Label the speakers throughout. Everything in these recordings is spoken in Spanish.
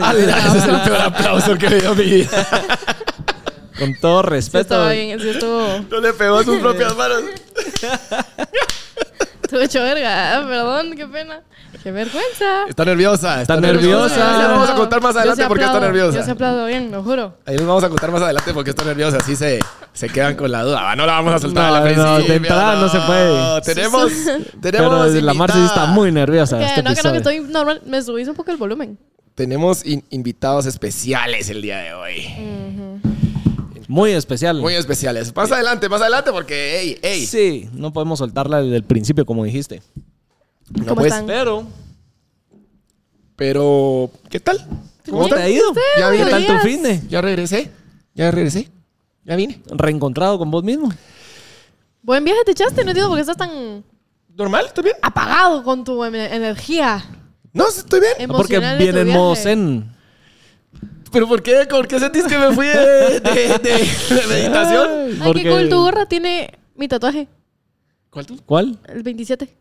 Speaker 1: Ah, ese es el peor aplauso que he oído en mi vida.
Speaker 2: Con todo
Speaker 3: Sí,
Speaker 2: respeto.
Speaker 3: estaba bien, sí, estuvo,
Speaker 1: No le pegó a sus propias manos.
Speaker 3: estuvo hecho verga. Ah, Perdón, qué pena. Qué vergüenza.
Speaker 1: Está nerviosa.
Speaker 2: Está nerviosa.
Speaker 1: Ahí les vamos a contar más
Speaker 3: Yo
Speaker 1: adelante
Speaker 3: sí
Speaker 1: porque está
Speaker 3: aplaudo, Yo se
Speaker 1: nerviosa.
Speaker 3: aplaudo bien, lo juro.
Speaker 1: Ahí les vamos a contar más adelante porque está nerviosa. Así se, se quedan con la duda. Ah, No la vamos a soltar
Speaker 2: No,
Speaker 1: a la
Speaker 2: no,
Speaker 1: principio,
Speaker 2: temprano no se puede.
Speaker 1: Tenemos,
Speaker 2: Pero
Speaker 1: tenemos
Speaker 2: la Marcia sí está
Speaker 1: invitada.
Speaker 2: muy nerviosa.
Speaker 3: Que
Speaker 2: este
Speaker 3: no, creo que
Speaker 2: episodio.
Speaker 3: estoy normal. Me subís un poco el volumen.
Speaker 1: Tenemos in- invitados especiales el día de hoy.
Speaker 2: Muy especial.
Speaker 1: Muy especiales. Más adelante, más adelante porque, hey, hey.
Speaker 2: Sí, no podemos soltarla desde el principio, como dijiste.
Speaker 1: No
Speaker 3: ¿Cómo
Speaker 1: pues,
Speaker 3: están?
Speaker 2: Pero,
Speaker 1: Pero, ¿qué tal?
Speaker 2: ¿cómo te ha ido?
Speaker 1: Ya
Speaker 2: ¿Qué
Speaker 1: vine.
Speaker 2: tal tu
Speaker 3: días.
Speaker 2: fin de?
Speaker 1: Ya regresé. Ya regresé. Ya vine.
Speaker 2: Reencontrado con vos mismo.
Speaker 3: Buen viaje te echaste, no entiendo por qué estás tan
Speaker 1: ¿Normal? ¿Estoy bien?
Speaker 3: apagado con tu em- energía.
Speaker 1: No, sí, estoy bien.
Speaker 2: Porque
Speaker 3: emocional de tu
Speaker 2: viene en modo
Speaker 3: viaje.
Speaker 2: zen.
Speaker 1: ¿Pero por qué? ¿Por qué sentís que me fui de, de- de- de meditación?
Speaker 3: Ay,
Speaker 2: Porque-
Speaker 3: qué cool. Tu gorra tiene mi tatuaje,
Speaker 1: ¿Cuál tú?
Speaker 2: ¿Cuál?
Speaker 3: el 27.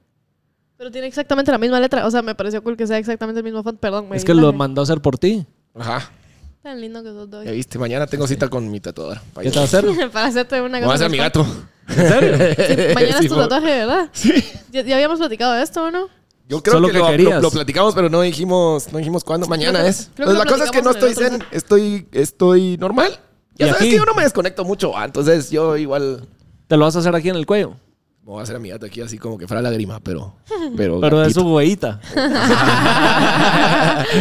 Speaker 3: Pero tiene exactamente la misma letra. O sea, me pareció cool que sea exactamente el mismo font. Perdón, me
Speaker 2: Es que lo
Speaker 3: distraje.
Speaker 2: mandó a hacer por ti.
Speaker 1: Ajá.
Speaker 3: Tan lindo que sos dos.
Speaker 1: Ya viste, mañana tengo cita con mi tatuadora.
Speaker 2: ¿Qué te va a hacer?
Speaker 3: Para hacerte una
Speaker 1: Me va a
Speaker 3: cosa.
Speaker 1: hacer mi gato.
Speaker 2: ¿En serio?
Speaker 3: Mañana
Speaker 1: Sí,
Speaker 3: es tu
Speaker 1: por-
Speaker 3: tatuaje, ¿verdad?
Speaker 1: Sí.
Speaker 3: Ya, ya habíamos platicado de esto, ¿no?
Speaker 1: Yo creo
Speaker 2: Solo
Speaker 1: que,
Speaker 2: que
Speaker 1: lo,
Speaker 2: querías.
Speaker 1: lo- lo platicamos, pero no dijimos, no dijimos cuándo. Mañana
Speaker 3: que-
Speaker 1: es.
Speaker 3: creo que
Speaker 1: Entonces,
Speaker 3: lo
Speaker 1: la cosa es que no
Speaker 3: platicamos
Speaker 1: estoy
Speaker 3: en el otro
Speaker 1: zen. Estoy, estoy normal. Ya
Speaker 2: ¿Y
Speaker 1: sabes
Speaker 2: aquí?
Speaker 1: que yo no me desconecto mucho. ah, Entonces, yo igual
Speaker 2: Te lo vas a hacer aquí en el cuello.
Speaker 1: me voy a hacer a mi gato aquí así como que fuera lágrima, pero... Pero,
Speaker 2: Pero es
Speaker 1: gatito.
Speaker 2: su huevita.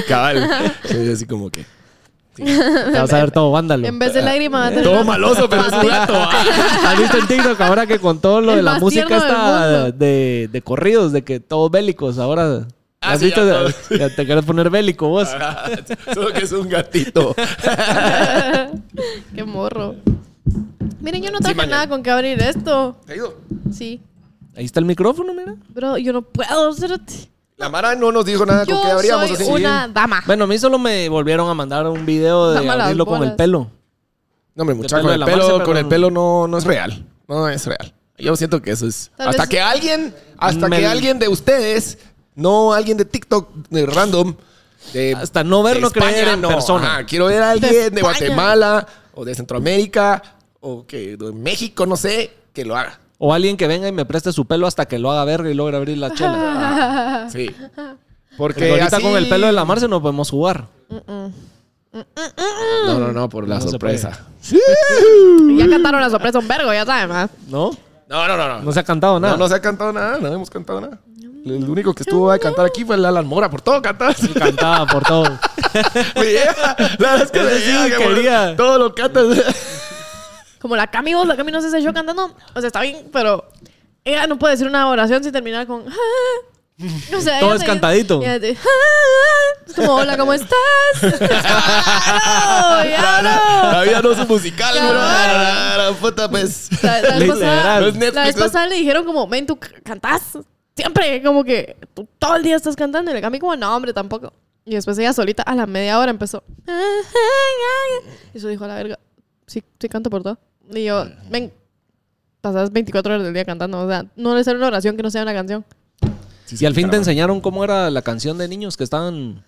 Speaker 1: Cabal. Es así como que...
Speaker 2: Te vas a ver todo vándalo.
Speaker 3: En vez de lágrima va a tener
Speaker 1: Todo
Speaker 3: una-
Speaker 1: maloso, pero es un gato. ah.
Speaker 2: ¿Has visto en TikTok ahora que con todo lo
Speaker 3: El
Speaker 2: de la
Speaker 3: más
Speaker 2: música
Speaker 3: tierno del
Speaker 2: está
Speaker 3: mundo.
Speaker 2: de, de corridos, de que todos bélicos ahora?
Speaker 1: Ah,
Speaker 2: ¿Has
Speaker 1: sí,
Speaker 2: visto?
Speaker 1: ya todo.
Speaker 2: Ya te quieres poner bélico vos.
Speaker 1: Solo que es un gatito.
Speaker 3: Qué morro. Miren, yo no
Speaker 1: Sí,
Speaker 3: traje
Speaker 1: mañana.
Speaker 3: nada con que abrir esto.
Speaker 1: Te digo,
Speaker 3: Sí.
Speaker 2: Ahí está el micrófono, mira.
Speaker 3: Bro, yo no puedo cerote.
Speaker 1: La Mara no nos dijo nada Ah, con
Speaker 3: Yo
Speaker 1: que abríamos
Speaker 3: soy
Speaker 1: así.
Speaker 3: una dama.
Speaker 2: Bueno, a mí solo me volvieron a mandar un video de
Speaker 3: Dame las
Speaker 2: abrirlo con el
Speaker 3: bolas.
Speaker 2: pelo.
Speaker 1: No, hombre, muchacho,
Speaker 2: pelo
Speaker 1: con
Speaker 2: de
Speaker 1: el
Speaker 2: la
Speaker 1: pelo,
Speaker 2: Marce,
Speaker 1: con
Speaker 2: pero-
Speaker 1: el pelo no, no es real. No es real. Yo siento que eso es.
Speaker 3: Tal
Speaker 1: hasta
Speaker 3: vez-
Speaker 1: que alguien, hasta
Speaker 2: Me-
Speaker 1: que alguien de ustedes, no alguien de TikTok de random, de-
Speaker 2: Hasta no ver,
Speaker 1: de
Speaker 2: no creer en persona.
Speaker 1: Ajá, quiero ver a alguien de
Speaker 3: España.
Speaker 1: Guatemala o de Centroamérica o que de México, no sé, que lo haga.
Speaker 2: O alguien que venga y me preste su pelo hasta que lo haga verga y logre abrir la chela.
Speaker 1: Sí.
Speaker 2: Porque
Speaker 1: Porque
Speaker 2: ahorita
Speaker 1: así-
Speaker 2: con el pelo de la Marce no podemos jugar.
Speaker 1: No, no, no, por la
Speaker 2: No se
Speaker 1: sorpresa.
Speaker 3: Ya cantaron la sorpresa un vergo, ya saben, ¿verdad?
Speaker 2: ¿No?
Speaker 1: No, no, no, no.
Speaker 2: No se ha cantado nada.
Speaker 1: No, no se ha cantado nada, no hemos cantado nada. El único que estuvo a cantar aquí fue el Alan Mora, por todo cantaba.
Speaker 2: Cantaba por todo.
Speaker 1: Me lleva, La verdad es que
Speaker 2: Ese
Speaker 1: me
Speaker 2: sí
Speaker 1: lleva, que
Speaker 2: quería.
Speaker 1: por- todo lo canta.
Speaker 3: Como la Cami vos, la Cami no se sé yo cantando. O sea, está bien, pero ella no puede decir una oración sin terminar con. O sea,
Speaker 2: Todo
Speaker 3: ella
Speaker 2: es
Speaker 3: te-
Speaker 2: cantadito.
Speaker 3: ella te- "Ah". Es como, hola, ¿cómo estás? ¡Claro! ¡Ya no!
Speaker 1: La vida no es un musical,
Speaker 3: Claro.
Speaker 1: bro. La- la Puta, pues.
Speaker 3: La, la vez pasada,
Speaker 2: Literal.
Speaker 1: No es Netflix,
Speaker 3: la vez
Speaker 1: no es-
Speaker 3: pasada le dijeron como, men, tú c- cantás siempre, como que tú todo el día estás cantando. Y le cambié como, no, hombre, tampoco. Y después ella solita a la media hora empezó. Y eso dijo, a la verga, sí, sí canto por todo. Y yo, ven, pasas 24 horas del día cantando. O sea, no le sale una oración que no sea una canción.
Speaker 2: Y al fin te enseñaron cómo era la canción de niños que estaban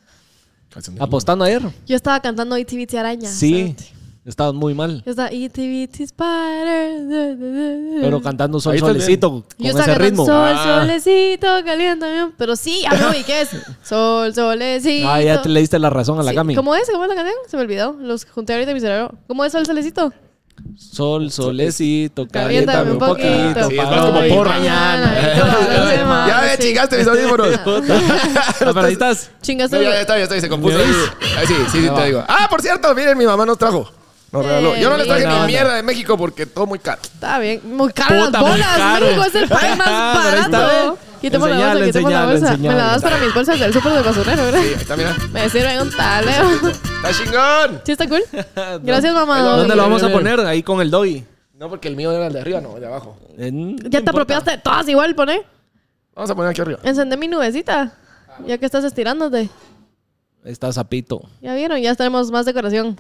Speaker 2: apostando ayer.
Speaker 3: Yo estaba cantando Itty Bitty Araña.
Speaker 2: Sí,
Speaker 3: ¿sabes?
Speaker 2: estaban muy mal.
Speaker 3: Yo estaba Itty Bitty Spider. da, da, da, da".
Speaker 2: Pero cantando Sol
Speaker 1: Ahí está bien.
Speaker 2: Solecito con
Speaker 3: Mm. Yo
Speaker 2: ese
Speaker 3: estaba cantando
Speaker 2: ritmo.
Speaker 3: sol,
Speaker 1: Ah.
Speaker 3: solecito, caliéntame. Pero sí, a mí qué es. Sol, solecito.
Speaker 2: Ah, ya te le diste la razón a la
Speaker 3: Sí,
Speaker 2: Cami.
Speaker 3: ¿Cómo es? ¿Cómo es la canción? Se me olvidó. Los junté ahorita en mi cerebro. ¿Cómo es sol, solecito?
Speaker 2: Sol, solecito,
Speaker 3: Caliéntame
Speaker 2: caliéntame un
Speaker 3: un
Speaker 2: poquito.
Speaker 3: poquito.
Speaker 1: Sí, es más
Speaker 2: pa'
Speaker 1: como
Speaker 2: hoy,
Speaker 1: porra.
Speaker 2: mañana.
Speaker 3: Mañana. semana,
Speaker 1: Ya me
Speaker 3: sí.
Speaker 1: chingaste mis audífonos.
Speaker 2: Ah, pero ahí estás.
Speaker 3: Chingaste.
Speaker 1: No, ya, ya está, ya está, y se compuso. ahí. Ahí sí, sí, sí, te digo. Ah, por cierto, miren, mi mamá nos trajo. Nos regaló. Yo no les traje
Speaker 2: Buena
Speaker 1: ni
Speaker 2: onda.
Speaker 1: mierda de México porque todo muy caro.
Speaker 3: Está bien. Muy caro las
Speaker 2: Puta, muy
Speaker 3: bolas.
Speaker 2: caro.
Speaker 3: México es el país más
Speaker 2: Ah, pero ahí está,
Speaker 3: barato. Quitemos la bolsa,
Speaker 2: Enseñale,
Speaker 3: quitemos la
Speaker 2: enseñale,
Speaker 3: bolsa. Me
Speaker 2: enseñale.
Speaker 3: la das para mis bolsas del súper de basurero, ¿verdad?
Speaker 1: Sí, ahí está, mira.
Speaker 3: Me sirven un taleo.
Speaker 1: ¡Está chingón!
Speaker 3: ¿Sí está cool? Gracias, mamá.
Speaker 2: ¿Dónde lo vamos a poner? Ahí con el doy.
Speaker 1: No, porque el mío era el de arriba, no, el de abajo.
Speaker 3: Ya te apropiaste de todas igual, pone.
Speaker 1: Vamos a poner aquí arriba.
Speaker 3: Encendé mi nubecita. Ya que estás estirándote.
Speaker 2: Está sapito.
Speaker 3: Ya vieron, ya tenemos más decoración.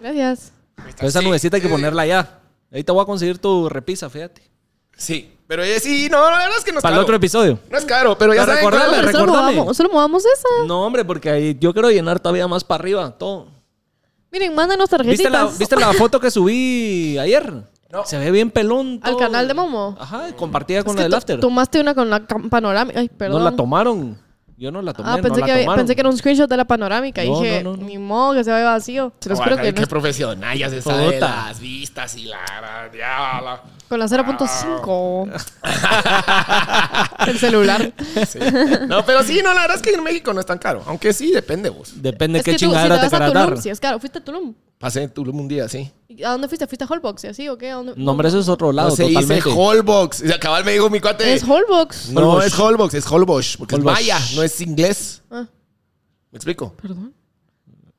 Speaker 3: Gracias.
Speaker 2: Pero esa
Speaker 1: Sí,
Speaker 2: nubecita hay que
Speaker 1: eh,
Speaker 2: ponerla ya. Ahí te voy a conseguir tu repisa, fíjate.
Speaker 1: Sí, pero eh, sí, no, la verdad es que no es
Speaker 2: Para el
Speaker 1: caro.
Speaker 2: otro episodio.
Speaker 1: No es caro, pero ya
Speaker 2: Para
Speaker 1: saben
Speaker 2: recordarle,
Speaker 1: cuál-
Speaker 3: Pero solo
Speaker 2: recordame.
Speaker 3: movamos, solo movamos esa.
Speaker 2: No, hombre, porque ahí yo quiero llenar todavía más para arriba todo.
Speaker 3: Miren, mándanos
Speaker 2: ¿Viste la,
Speaker 3: tarjetitas
Speaker 2: ¿Viste la foto que subí ayer?
Speaker 1: No.
Speaker 2: Se ve bien pelón.
Speaker 3: al
Speaker 2: todo.
Speaker 3: canal de Momo.
Speaker 2: Ajá, y compartida con
Speaker 3: Es
Speaker 2: la
Speaker 3: que
Speaker 2: del
Speaker 3: tú-
Speaker 2: After.
Speaker 3: Tomaste una con la cam- panorámica. Ay,
Speaker 2: No
Speaker 3: perdón.
Speaker 2: la tomaron. Yo no la tomé.
Speaker 3: Ah,
Speaker 2: no
Speaker 3: pensé,
Speaker 2: la
Speaker 3: que,
Speaker 2: tomaron.
Speaker 3: pensé que era un screenshot de la panorámica.
Speaker 2: No,
Speaker 3: Dije,
Speaker 2: no, no, no.
Speaker 3: ni modo que se vaya vacío. Se los juro
Speaker 1: Ay,
Speaker 3: que no
Speaker 1: qué
Speaker 3: es-
Speaker 1: profesional ya se sabe
Speaker 2: Puta.
Speaker 1: las vistas y la... Ya, la-
Speaker 3: con la
Speaker 2: Ah.
Speaker 3: 0.5. El celular.
Speaker 1: Sí. No, pero sí, no, la verdad es que en México no es tan caro. Aunque sí, depende vos.
Speaker 2: Depende
Speaker 3: es
Speaker 2: qué
Speaker 3: que tú, si te
Speaker 2: chingadera te
Speaker 3: vas a
Speaker 2: querrás dar.
Speaker 3: Tulum, si es caro. ¿Fuiste a Tulum?
Speaker 1: Pasé en Tulum un día, sí.
Speaker 3: ¿Y ¿A dónde fuiste? ¿Fuiste a Holbox y así o qué? ¿A dónde?
Speaker 2: No, hombre, eso es otro lado
Speaker 1: No se dice
Speaker 2: totalmente.
Speaker 1: Holbox. O sea, cabal me dijo mi cuate.
Speaker 3: Es Holbox.
Speaker 1: no
Speaker 2: Holbox.
Speaker 1: es Holbox, es Holbox. Porque
Speaker 2: Holbox.
Speaker 1: es maya, no es inglés.
Speaker 3: Ah.
Speaker 1: ¿Me explico?
Speaker 3: Perdón.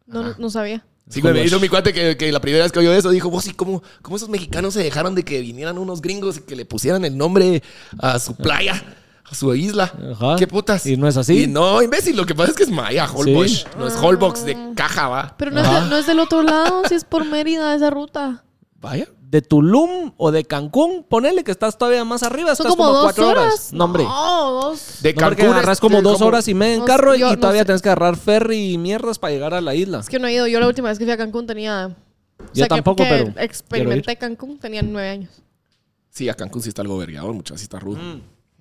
Speaker 3: No, no, no sabía.
Speaker 1: Sí,
Speaker 2: Holbox.
Speaker 1: me dijo mi cuate que, que la primera vez que oyó eso dijo, vos, ¿y cómo, cómo esos mexicanos se dejaron de que vinieran unos gringos y que le pusieran el nombre a su playa, a su isla?
Speaker 2: Ajá.
Speaker 1: ¿Qué putas?
Speaker 2: Y no es así.
Speaker 1: Y no, imbécil, lo que pasa es que es Maya, Holbox. No es Holbox de caja, va.
Speaker 3: Pero no es,
Speaker 2: Ah.
Speaker 3: de- no es del otro lado, si es por Mérida esa ruta.
Speaker 1: Vaya.
Speaker 2: De Tulum o de Cancún, ponele que estás todavía más arriba.
Speaker 3: Son
Speaker 2: estás
Speaker 3: como, dos
Speaker 2: cuatro
Speaker 3: horas.
Speaker 2: No, hombre.
Speaker 3: No, dos.
Speaker 1: De
Speaker 2: No, porque
Speaker 1: Cancún es-
Speaker 2: agarras como
Speaker 1: es
Speaker 2: dos horas y media en
Speaker 3: No,
Speaker 2: carro
Speaker 3: yo
Speaker 2: y
Speaker 3: no
Speaker 2: todavía
Speaker 3: sé.
Speaker 2: tienes que agarrar ferry y mierdas para llegar a la isla.
Speaker 3: Es que no he ido. Yo la última vez que fui a Cancún tenía... o
Speaker 2: Yo tampoco, pero quiero
Speaker 3: experimenté Cancún, tenía nueve años.
Speaker 1: Sí, a Cancún sí está algo vergueador, muchachos. Sí está rudo.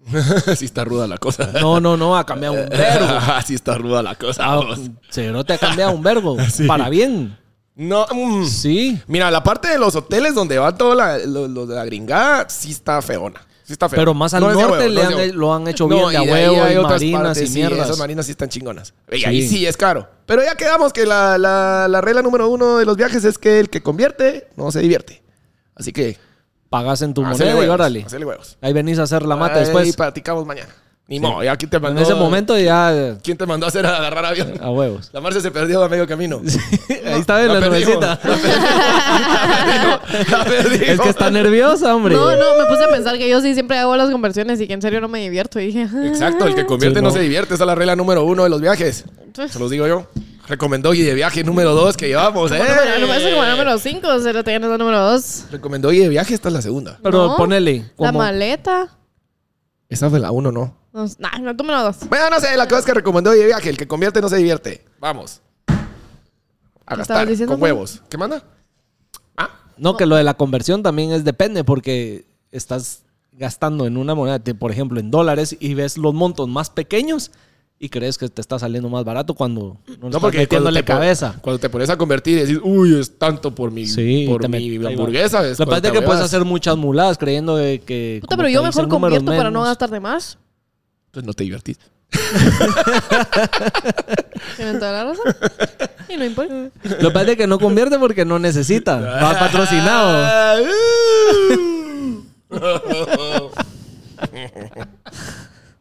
Speaker 1: sí está ruda la cosa.
Speaker 2: Mm. No, Ah, no, no, ha cambiado un vergo.
Speaker 1: sí está ruda la cosa. vos.
Speaker 2: mm. Seguro te ha cambiado un vergo.
Speaker 1: Sí.
Speaker 2: Para bien.
Speaker 1: No, mm.
Speaker 2: Sí.
Speaker 1: Mira, la parte de los hoteles donde va todo la, lo- lo de la gringada, sí está feona. Sí está fea.
Speaker 2: Pero más al
Speaker 1: No es de
Speaker 2: norte
Speaker 1: huevo, no
Speaker 2: le
Speaker 1: es
Speaker 2: han-
Speaker 1: de huevo.
Speaker 2: lo han hecho
Speaker 1: No,
Speaker 2: bien de
Speaker 1: y
Speaker 2: a
Speaker 1: ahí
Speaker 2: huevo,
Speaker 1: hay
Speaker 2: hay
Speaker 1: otras
Speaker 2: marinas
Speaker 1: partes,
Speaker 2: y
Speaker 1: sí,
Speaker 2: mierdas.
Speaker 1: esas marinas sí están chingonas. Y ahí
Speaker 2: Sí.
Speaker 1: sí es caro. Pero ya quedamos que la, la- la regla número uno de los viajes es que el que convierte no se divierte. Así que,
Speaker 2: Pagas en tu
Speaker 1: hacele
Speaker 2: moneda y
Speaker 1: huevos,
Speaker 2: órale.
Speaker 1: hacele huevos.
Speaker 2: Ahí venís a hacer la mata
Speaker 1: Y
Speaker 2: después.
Speaker 1: practicamos mañana. Ni modo, ya quién te
Speaker 2: En
Speaker 1: mandó.
Speaker 2: ese momento ya eh,
Speaker 1: ¿Quién te mandó a hacer agarrar avión?
Speaker 2: a huevos.
Speaker 1: La Marcia se perdió a medio camino.
Speaker 2: Ahí está bien
Speaker 1: La
Speaker 2: la
Speaker 1: perdió.
Speaker 2: nubecita.
Speaker 1: La perdió, la perdió.
Speaker 2: Es que está nerviosa, hombre.
Speaker 3: No, no, me puse a pensar que yo sí siempre hago las conversiones y que en serio no me divierto. Y dije, "Ah,
Speaker 1: Exacto, el que convierte
Speaker 2: Sí,
Speaker 1: no.
Speaker 2: no.
Speaker 1: se divierte. Esa es la regla número uno de los viajes. Se los digo yo. Recomendó Guille de viaje número dos que llevamos, ¿eh?
Speaker 3: Número, número, es como número 5, se lo tenían número 2.
Speaker 1: Recomendó Guille de viaje, esta es la segunda.
Speaker 2: Pero ponele.
Speaker 3: La
Speaker 2: Como,
Speaker 3: maleta.
Speaker 1: Esa fue la uno, ¿no?
Speaker 3: No, nah, no, número 2.
Speaker 1: Bueno, no sé, la cosa es que recomendó Guille de viaje. El que convierte no se divierte. Vamos. A
Speaker 3: ¿Qué
Speaker 1: gastar
Speaker 3: estabas diciendo,
Speaker 1: con huevos. ¿Qué manda? Ah,
Speaker 2: no, que lo de la conversión también es depende porque estás gastando en una moneda, te- por ejemplo, en dólares y ves los montos más pequeños y crees que te está saliendo más barato cuando no, le
Speaker 1: no
Speaker 2: estás
Speaker 1: porque cuando
Speaker 2: metiéndole
Speaker 1: te pon-
Speaker 2: cabeza.
Speaker 1: Cuando te pones a convertir y decís, uy, es tanto por mi,
Speaker 2: Sí,
Speaker 1: por
Speaker 2: te
Speaker 1: mi
Speaker 2: met- ahí va.
Speaker 1: hamburguesa. es
Speaker 2: Lo que pasa
Speaker 1: cuando
Speaker 2: es
Speaker 1: te
Speaker 2: que puedes
Speaker 1: huevas.
Speaker 2: hacer muchas muladas creyendo de que.
Speaker 3: Puta,
Speaker 2: como
Speaker 3: pero
Speaker 2: te
Speaker 3: yo
Speaker 2: dicen
Speaker 3: mejor
Speaker 2: números
Speaker 3: convierto para no
Speaker 2: menos.
Speaker 3: gastar de más.
Speaker 1: Entonces no te divertís.
Speaker 3: Tienen toda la razón. Y no importa.
Speaker 2: Lo que pasa es que no convierte porque no necesita. Va patrocinado.
Speaker 1: Ah, uh.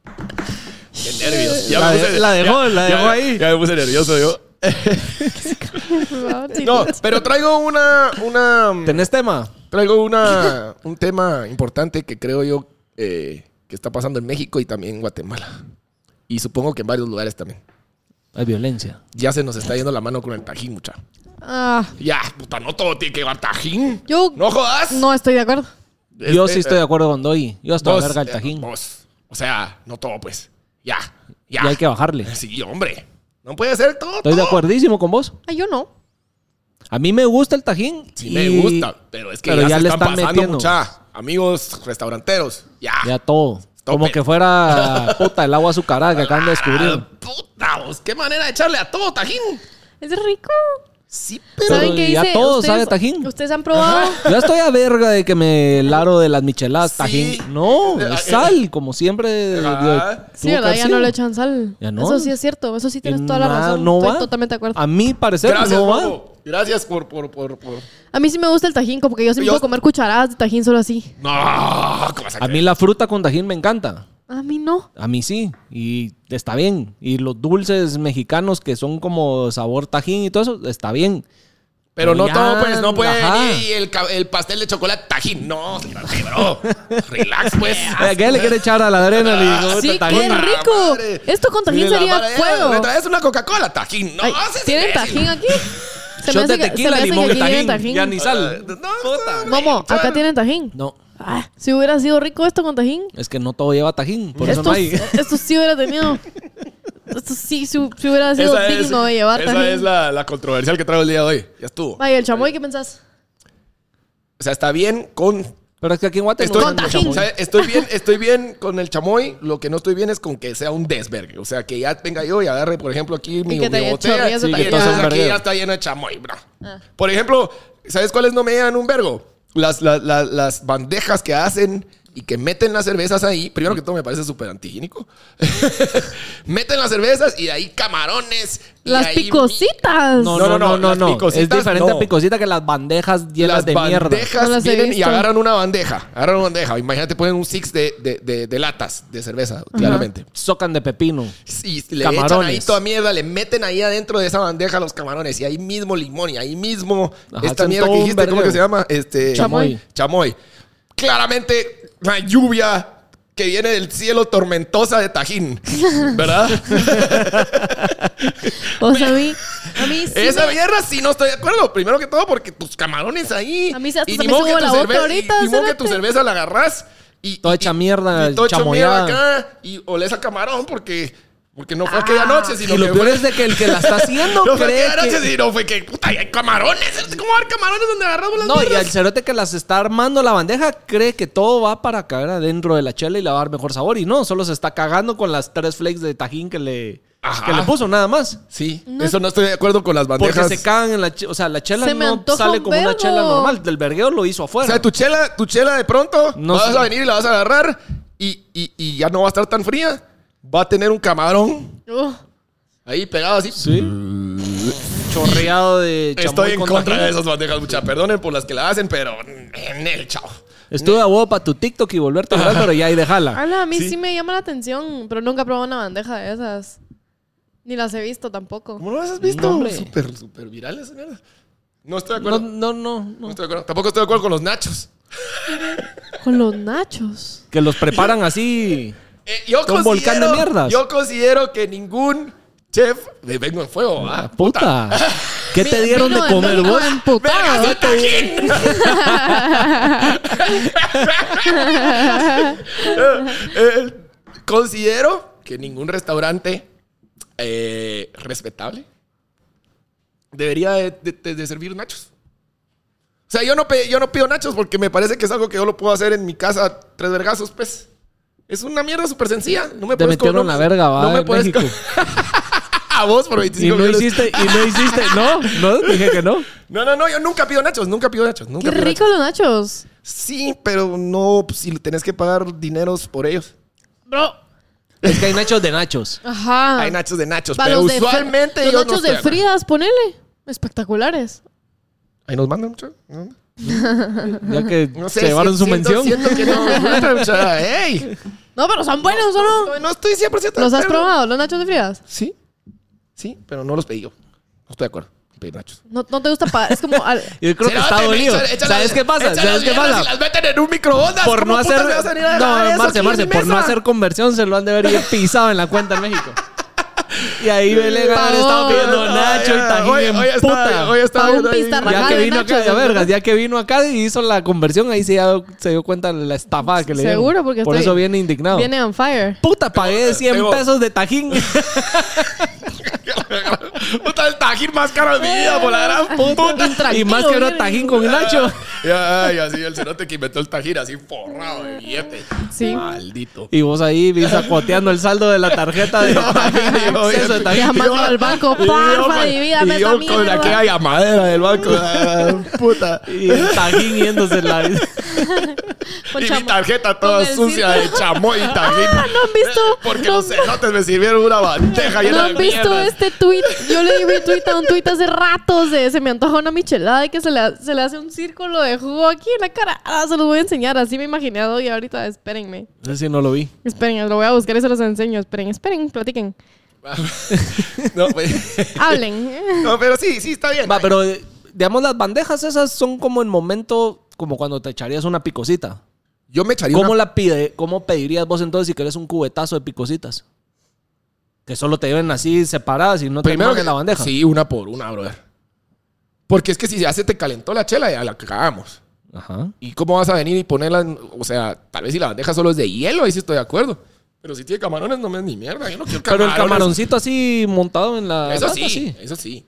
Speaker 1: Qué nervios. Ya
Speaker 2: La
Speaker 1: me
Speaker 2: de-
Speaker 1: puse-
Speaker 2: la dejó,
Speaker 1: ya-
Speaker 2: la
Speaker 1: ya-
Speaker 2: dejó ahí.
Speaker 1: Ya me puse nervioso yo.
Speaker 3: Por favor, sí.
Speaker 1: No, pero traigo una, una,
Speaker 2: ¿Tenés tema?
Speaker 1: traigo una, un tema importante que creo yo eh, que está pasando en México y también en Guatemala. Y supongo que en varios lugares también.
Speaker 2: Hay violencia.
Speaker 1: Ya se nos está yendo la mano con el tajín, mucha.
Speaker 3: Ah,
Speaker 1: Ya, puta, no todo tiene que llevar tajín.
Speaker 3: Yo-
Speaker 1: no jodas.
Speaker 3: no estoy de acuerdo.
Speaker 2: yo
Speaker 1: Este,
Speaker 2: sí estoy de acuerdo con Doy. Yo hasta
Speaker 1: Vos,
Speaker 2: verga el
Speaker 1: eh,
Speaker 2: tajín.
Speaker 1: vos. O sea, no todo, pues. Ya.
Speaker 2: y
Speaker 1: Ya.
Speaker 2: hay que bajarle.
Speaker 1: Sí, hombre. No puede ser todo.
Speaker 2: Estoy de
Speaker 1: todo.
Speaker 2: acuerdísimo con vos.
Speaker 3: Ay, Ah, yo no.
Speaker 2: A mí me gusta el tajín.
Speaker 1: Sí,
Speaker 2: y-
Speaker 1: me gusta. Pero es que
Speaker 2: pero
Speaker 1: ya,
Speaker 2: ya
Speaker 1: se
Speaker 2: le
Speaker 1: están,
Speaker 2: están
Speaker 1: pasando
Speaker 2: metiendo.
Speaker 1: mucha. Amigos restauranteros. Ya.
Speaker 2: Ya todo. Como
Speaker 1: it.
Speaker 2: que fuera puta el agua azucarada que acaban de descubrir.
Speaker 1: Ah, puta, vos. Qué manera de echarle a todo tajín.
Speaker 3: Es rico.
Speaker 1: Sí, pero.
Speaker 3: ¿Saben qué
Speaker 2: y a
Speaker 3: hice?
Speaker 2: todos
Speaker 3: ¿Ustedes-
Speaker 2: sabe tajín.
Speaker 3: ¿Ustedes han probado?
Speaker 2: Yo estoy a verga de que me laro de las micheladas,
Speaker 1: Sí.
Speaker 2: tajín. No,
Speaker 1: Ah,
Speaker 2: es sal, como siempre. de- de-
Speaker 1: Ah.
Speaker 2: tuvo
Speaker 3: Sí,
Speaker 2: que
Speaker 3: ¿verdad?
Speaker 2: haber
Speaker 3: Ya no
Speaker 2: sido.
Speaker 3: le echan sal.
Speaker 2: Ya no.
Speaker 3: Eso sí es cierto. Eso sí tienes
Speaker 2: Que
Speaker 3: toda la
Speaker 2: nada,
Speaker 3: razón.
Speaker 2: No
Speaker 3: estoy
Speaker 2: va. Ah.
Speaker 3: totalmente de acuerdo.
Speaker 2: A mi parecer
Speaker 1: Gracias,
Speaker 2: no va.
Speaker 1: Bobo. Gracias por, por, por, por.
Speaker 3: A mí sí me gusta el tajín, como que yo sí me
Speaker 1: Yo-
Speaker 3: puedo comer cucharadas de tajín solo así.
Speaker 1: No, ¿cómo vas a
Speaker 2: A mí
Speaker 1: creer?
Speaker 2: la fruta con tajín me encanta.
Speaker 3: A mí no.
Speaker 2: A mí sí, y está bien. Y los dulces mexicanos que son como sabor tajín y todo eso, está bien.
Speaker 1: Pero no
Speaker 2: Ya,
Speaker 1: todo, pues, no puede
Speaker 2: ajá.
Speaker 1: venir y el, ca- el pastel de chocolate tajín. No, espérate, bro. Relax, pues.
Speaker 2: Eh, ¿Qué le quiere echar a la adrenalina?
Speaker 3: Sí,
Speaker 2: Puta,
Speaker 3: qué
Speaker 2: tajín.
Speaker 3: rico.
Speaker 1: madre.
Speaker 3: Esto con tajín
Speaker 1: Y la
Speaker 3: sería
Speaker 1: madre,
Speaker 3: fuego.
Speaker 1: ¿Me traes una Coca-Cola? Tajín. No,
Speaker 3: Ay,
Speaker 1: sí, sí,
Speaker 3: ¿Tienen
Speaker 1: sí.
Speaker 3: tajín aquí? Se
Speaker 2: Shot de
Speaker 3: que- se
Speaker 2: tequila,
Speaker 3: me hace que
Speaker 2: limón,
Speaker 3: aquí tienen
Speaker 2: tajín, ya ni sal.
Speaker 1: No,
Speaker 3: Momo, acá tienen tajín.
Speaker 2: No,
Speaker 3: Ah, si hubiera sido rico esto con tajín,
Speaker 2: es que no todo lleva tajín, por eso
Speaker 3: esto,
Speaker 2: no hay.
Speaker 3: esto sí hubiera tenido. Esto sí, si, si hubiera sido digno de llevar
Speaker 1: esa
Speaker 3: tajín.
Speaker 1: es la, la controversial que traigo el día de hoy. Ya estuvo.
Speaker 3: Ay, el chamoy, ¿qué pensás?
Speaker 1: O sea, está bien con.
Speaker 2: Pero es que aquí en Guate no
Speaker 1: Estoy,
Speaker 3: Con
Speaker 2: venden
Speaker 3: tajín.
Speaker 2: chamoy.
Speaker 1: ¿sabe? estoy bien, estoy bien con el chamoy. Lo que no estoy bien es con que sea un desvergue. O sea, que ya venga yo y agarre, por ejemplo, aquí mi,
Speaker 3: que te
Speaker 1: mi
Speaker 3: chorrees
Speaker 1: botella.
Speaker 3: de tajín.
Speaker 1: y ya,
Speaker 2: Entonces, un
Speaker 1: aquí
Speaker 2: verguero.
Speaker 1: ya está llena de chamoy, bro.
Speaker 3: Ah.
Speaker 1: Por ejemplo, ¿sabes cuáles no me llegan un vergo? Las, las, las, las bandejas que hacen y que meten las cervezas ahí. Primero que todo, me parece súper antihigiénico. meten las cervezas y de ahí camarones. y
Speaker 3: Las
Speaker 1: ahí-
Speaker 3: picositas.
Speaker 2: No,
Speaker 1: No,
Speaker 2: no,
Speaker 1: no,
Speaker 2: no, no,
Speaker 1: las
Speaker 2: no. Es
Speaker 1: picositas,
Speaker 2: diferente a
Speaker 1: no.
Speaker 2: picosita que las bandejas llenas
Speaker 1: las
Speaker 2: de mierda.
Speaker 1: bandejas
Speaker 3: No las he
Speaker 1: vienen y
Speaker 3: visto.
Speaker 1: agarran una bandeja. Agarran una bandeja. Imagínate, ponen un six de, de, de- de latas de cerveza, claramente.
Speaker 2: Socan de pepino.
Speaker 1: Y le echan ahí
Speaker 2: Camarones.
Speaker 1: toda mierda, le meten ahí adentro de esa bandeja los camarones. Y ahí mismo limón, y ahí mismo
Speaker 2: Ajá,
Speaker 1: esta
Speaker 2: hacen
Speaker 1: mierda
Speaker 2: todo
Speaker 1: que
Speaker 2: un
Speaker 1: dijiste, ¿cómo
Speaker 2: vergueo.
Speaker 1: que se llama? Este,
Speaker 2: Chamoy.
Speaker 1: Chamoy. Claramente, la lluvia que viene del cielo tormentosa de Tajín. ¿Verdad?
Speaker 3: O sea, a mí, a mí sí
Speaker 1: Esa
Speaker 3: me-
Speaker 1: mierda sí no estoy de acuerdo. Primero que todo, porque tus camarones ahí.
Speaker 3: A mí se- hasta
Speaker 1: y
Speaker 3: se
Speaker 1: ni
Speaker 3: me
Speaker 1: modo que
Speaker 3: subo
Speaker 1: tu
Speaker 3: la boca
Speaker 1: cerve-
Speaker 3: ahorita,
Speaker 1: y ni modo que
Speaker 3: espérate.
Speaker 1: tu cerveza la agarras y.
Speaker 2: Toda
Speaker 1: y-
Speaker 2: hecha mierda,
Speaker 1: y toda hecha
Speaker 2: chamoyada.
Speaker 1: mierda acá y oles a camarón porque. Porque no fue
Speaker 3: Ah.
Speaker 1: aquella noche, sino
Speaker 2: Y lo
Speaker 1: que
Speaker 2: peor
Speaker 1: fue-
Speaker 2: es de que el que la está haciendo
Speaker 1: No fue
Speaker 2: cree
Speaker 1: aquella
Speaker 2: que...
Speaker 1: noche, sino fue que. Puta, ahí hay camarones. ¿Cómo va a haber camarones donde agarramos las
Speaker 2: No, y
Speaker 1: mierdas?
Speaker 2: el cerote que las está armando la bandeja cree que todo va para caer adentro de la chela y le va a dar mejor sabor. Y no, solo se está cagando con las tres flakes de tajín que le,
Speaker 1: Ajá.
Speaker 2: que le puso nada más.
Speaker 1: Sí, eso no estoy de acuerdo con las
Speaker 2: Porque
Speaker 1: bandejas.
Speaker 2: se cagan en la chela. O sea, la chela
Speaker 3: Se me
Speaker 2: no
Speaker 3: antoja
Speaker 2: sale
Speaker 3: un
Speaker 2: como una
Speaker 3: vergo.
Speaker 2: chela normal. Del vergueo lo hizo
Speaker 1: O
Speaker 2: afuera.
Speaker 1: sea, tu chela, tu chela de pronto
Speaker 2: No
Speaker 1: vas
Speaker 2: sé.
Speaker 1: a venir y la vas a agarrar y, y, y ya no va a estar tan fría. Va a tener un camarón
Speaker 3: Uh,
Speaker 1: ahí pegado así.
Speaker 2: Sí. Chorreado de chamoy
Speaker 1: Estoy en
Speaker 2: con
Speaker 1: contra
Speaker 2: tajín.
Speaker 1: de esas bandejas, mucha. Perdonen por las que la hacen, pero en el chao.
Speaker 2: Estuve a huevo para tu TikTok y volverte a hablar, pero ya ahí déjala.
Speaker 3: ala, a mí sí. me llama la atención, pero nunca he probado una bandeja de esas. Ni las he visto tampoco.
Speaker 1: ¿Cómo no las has
Speaker 2: No,
Speaker 1: visto?
Speaker 2: hombre.
Speaker 1: súper, súper virales, señora. No estoy de
Speaker 2: No,
Speaker 1: acuerdo. No,
Speaker 2: no, no, no.
Speaker 1: estoy de acuerdo. Tampoco estoy de acuerdo con los nachos.
Speaker 3: Con los nachos.
Speaker 2: Que los preparan así.
Speaker 1: Eh, yo considero,
Speaker 2: Con volcán de mierdas.
Speaker 1: Yo considero que ningún chef me vengo en fuego, ¿ah?
Speaker 2: Puta. ¿Qué te dieron de
Speaker 3: Vino
Speaker 2: comer
Speaker 3: vino
Speaker 2: vos?
Speaker 3: emputado.
Speaker 1: ¡Vergas de tajín! Eh, considero que ningún restaurante eh, respetable debería de, de- de- de servir nachos. O sea, yo no, pe- yo no pido nachos porque me parece que es algo que yo lo puedo hacer en mi casa tres vergazos, pues. Es una mierda súper sencilla. No me
Speaker 2: Te
Speaker 1: puedes co-
Speaker 2: metieron
Speaker 1: no-
Speaker 2: la verga, va,
Speaker 1: pues, No me
Speaker 2: en
Speaker 1: puedes co-
Speaker 2: México.
Speaker 1: a vos por
Speaker 2: Y
Speaker 1: 25
Speaker 2: no
Speaker 1: millones.
Speaker 2: hiciste, y no hiciste. No, no, dije que no.
Speaker 1: No, no, no, yo nunca pido nachos, nunca pido nachos. Nunca
Speaker 3: Qué
Speaker 1: pido nachos.
Speaker 3: rico los nachos.
Speaker 1: Sí, pero no pues, si tenés que pagar dineros por ellos.
Speaker 3: Bro.
Speaker 2: Es que hay nachos de nachos.
Speaker 3: Ajá.
Speaker 1: Hay nachos de nachos,
Speaker 3: Va,
Speaker 1: pero
Speaker 3: Ah. los de fr-
Speaker 1: usualmente
Speaker 3: Los
Speaker 1: yo
Speaker 3: nachos
Speaker 1: no
Speaker 3: de
Speaker 1: estoy-
Speaker 3: Fridas, ponele. Espectaculares.
Speaker 1: Ahí nos mandan mucho. No,
Speaker 2: Ya que
Speaker 1: No
Speaker 2: se llevaron
Speaker 1: si-
Speaker 2: su
Speaker 1: siento-
Speaker 2: mención.
Speaker 1: Siento que no. mucha. ¡Ey!
Speaker 3: No, pero son buenos, ¿o no?
Speaker 1: No, no estoy 100% de
Speaker 3: ¿Los has
Speaker 1: acuerdo.
Speaker 3: probado, los nachos de Fridas?
Speaker 1: Sí. Sí, pero no los pedí yo. No estoy de acuerdo. Pedí nachos.
Speaker 3: No, no te gusta pa- Es como. al-
Speaker 2: Yo creo que está dolido. ¿Sabes qué pasa? ¿Sabes qué
Speaker 1: Si
Speaker 2: pasa?
Speaker 1: las meten en un microondas.
Speaker 2: Por no
Speaker 1: ¿cómo putas
Speaker 2: hacer.
Speaker 1: me vas a venir a agarrar
Speaker 2: No,
Speaker 1: eso aquí
Speaker 2: Marce,
Speaker 1: en
Speaker 2: Marce,
Speaker 1: mi
Speaker 2: por no
Speaker 1: mesa?
Speaker 2: haber conversión se lo han de haber ido pisado en la cuenta en México. Y ahí Belén
Speaker 3: Por
Speaker 2: haber estado
Speaker 3: favor.
Speaker 2: pidiendo Nacho y
Speaker 1: Hoy-
Speaker 2: Tajín
Speaker 1: hoy
Speaker 2: en
Speaker 1: está-
Speaker 2: puta.
Speaker 1: Hoy está
Speaker 3: Pa' un
Speaker 1: ahí-
Speaker 3: pizarra-
Speaker 2: Ya
Speaker 3: Ajá,
Speaker 2: que
Speaker 3: de
Speaker 2: vino acá,
Speaker 3: nachos,
Speaker 2: ya
Speaker 3: ¿verdad?
Speaker 2: vergas, ya que vino acá y hizo la conversión, ahí se, ya- se dio cuenta de la estafada que le dieron.
Speaker 3: Seguro, porque
Speaker 2: Por
Speaker 3: estoy-
Speaker 2: eso viene indignado.
Speaker 3: Viene on fire.
Speaker 2: Puta, pagué 100
Speaker 1: tengo-
Speaker 2: pesos de Tajín.
Speaker 1: Puta, el tajín más caro de mi vida, por la gran puta.
Speaker 2: y
Speaker 3: Intranquilo,
Speaker 2: más que era
Speaker 3: viene.
Speaker 2: Tajín con Nacho.
Speaker 1: Ya, ay, así el cerote que inventó el tajín, así forrado de billete.
Speaker 3: Sí.
Speaker 1: Maldito.
Speaker 2: Y vos ahí vi, sacoteando el saldo de la tarjeta de Tajín.
Speaker 1: yo,
Speaker 2: exceso de
Speaker 1: yo,
Speaker 2: Tajín.
Speaker 3: Llamando al banco,
Speaker 1: Y yo,
Speaker 3: porfa,
Speaker 1: man,
Speaker 3: divídame
Speaker 1: y
Speaker 3: esa
Speaker 1: yo con
Speaker 3: mierda.
Speaker 1: aquella llamadera del banco. ah, puta.
Speaker 2: Y el Tajín yéndose la
Speaker 3: Con
Speaker 1: y mi
Speaker 3: chamo-
Speaker 1: tarjeta toda
Speaker 3: con el
Speaker 1: sucia de chamoy y tajín.
Speaker 3: Ah, ¿no han visto?
Speaker 1: Porque
Speaker 3: no,
Speaker 1: los cenotes me sirvieron una bandeja llena
Speaker 3: ¿No
Speaker 1: de
Speaker 3: han visto
Speaker 1: mierda.
Speaker 3: esto? este tweet, yo le di retweet a un tweet hace rato, se, se me antoja una michelada y que se le, ha- se le hace un círculo de jugo aquí en la cara. Ah, se los voy a enseñar, así me imaginé a Doggy ahorita, espérenme.
Speaker 2: No sé si no lo vi.
Speaker 3: Esperen, lo voy a buscar y se los enseño. Esperen, esperen, platiquen.
Speaker 1: no, pues-
Speaker 3: Hablen.
Speaker 1: no, pero sí, sí, está bien.
Speaker 2: Va, pero eh, digamos, las bandejas esas son como en momento, como cuando te echarías una picosita.
Speaker 1: Yo me echaría
Speaker 2: ¿Cómo,
Speaker 1: una...
Speaker 2: la pide, ¿Cómo pedirías vos entonces si querés un cubetazo de picositas? Que solo te lleven así separadas y no te
Speaker 1: que-
Speaker 2: que la bandeja.
Speaker 1: Sí, una por una, brother. Porque es que si ya se te calentó la chela, ya la cagamos.
Speaker 2: Ajá.
Speaker 1: ¿Y cómo vas a venir y ponerla? en- o sea, tal vez si la bandeja solo es de hielo, ahí sí estoy de acuerdo. Pero si tiene camarones, no me es ni mierda. Yo no quiero
Speaker 2: Pero
Speaker 1: camarones.
Speaker 2: el camaroncito así montado en la.
Speaker 1: Eso
Speaker 2: taza,
Speaker 1: sí, eso sí.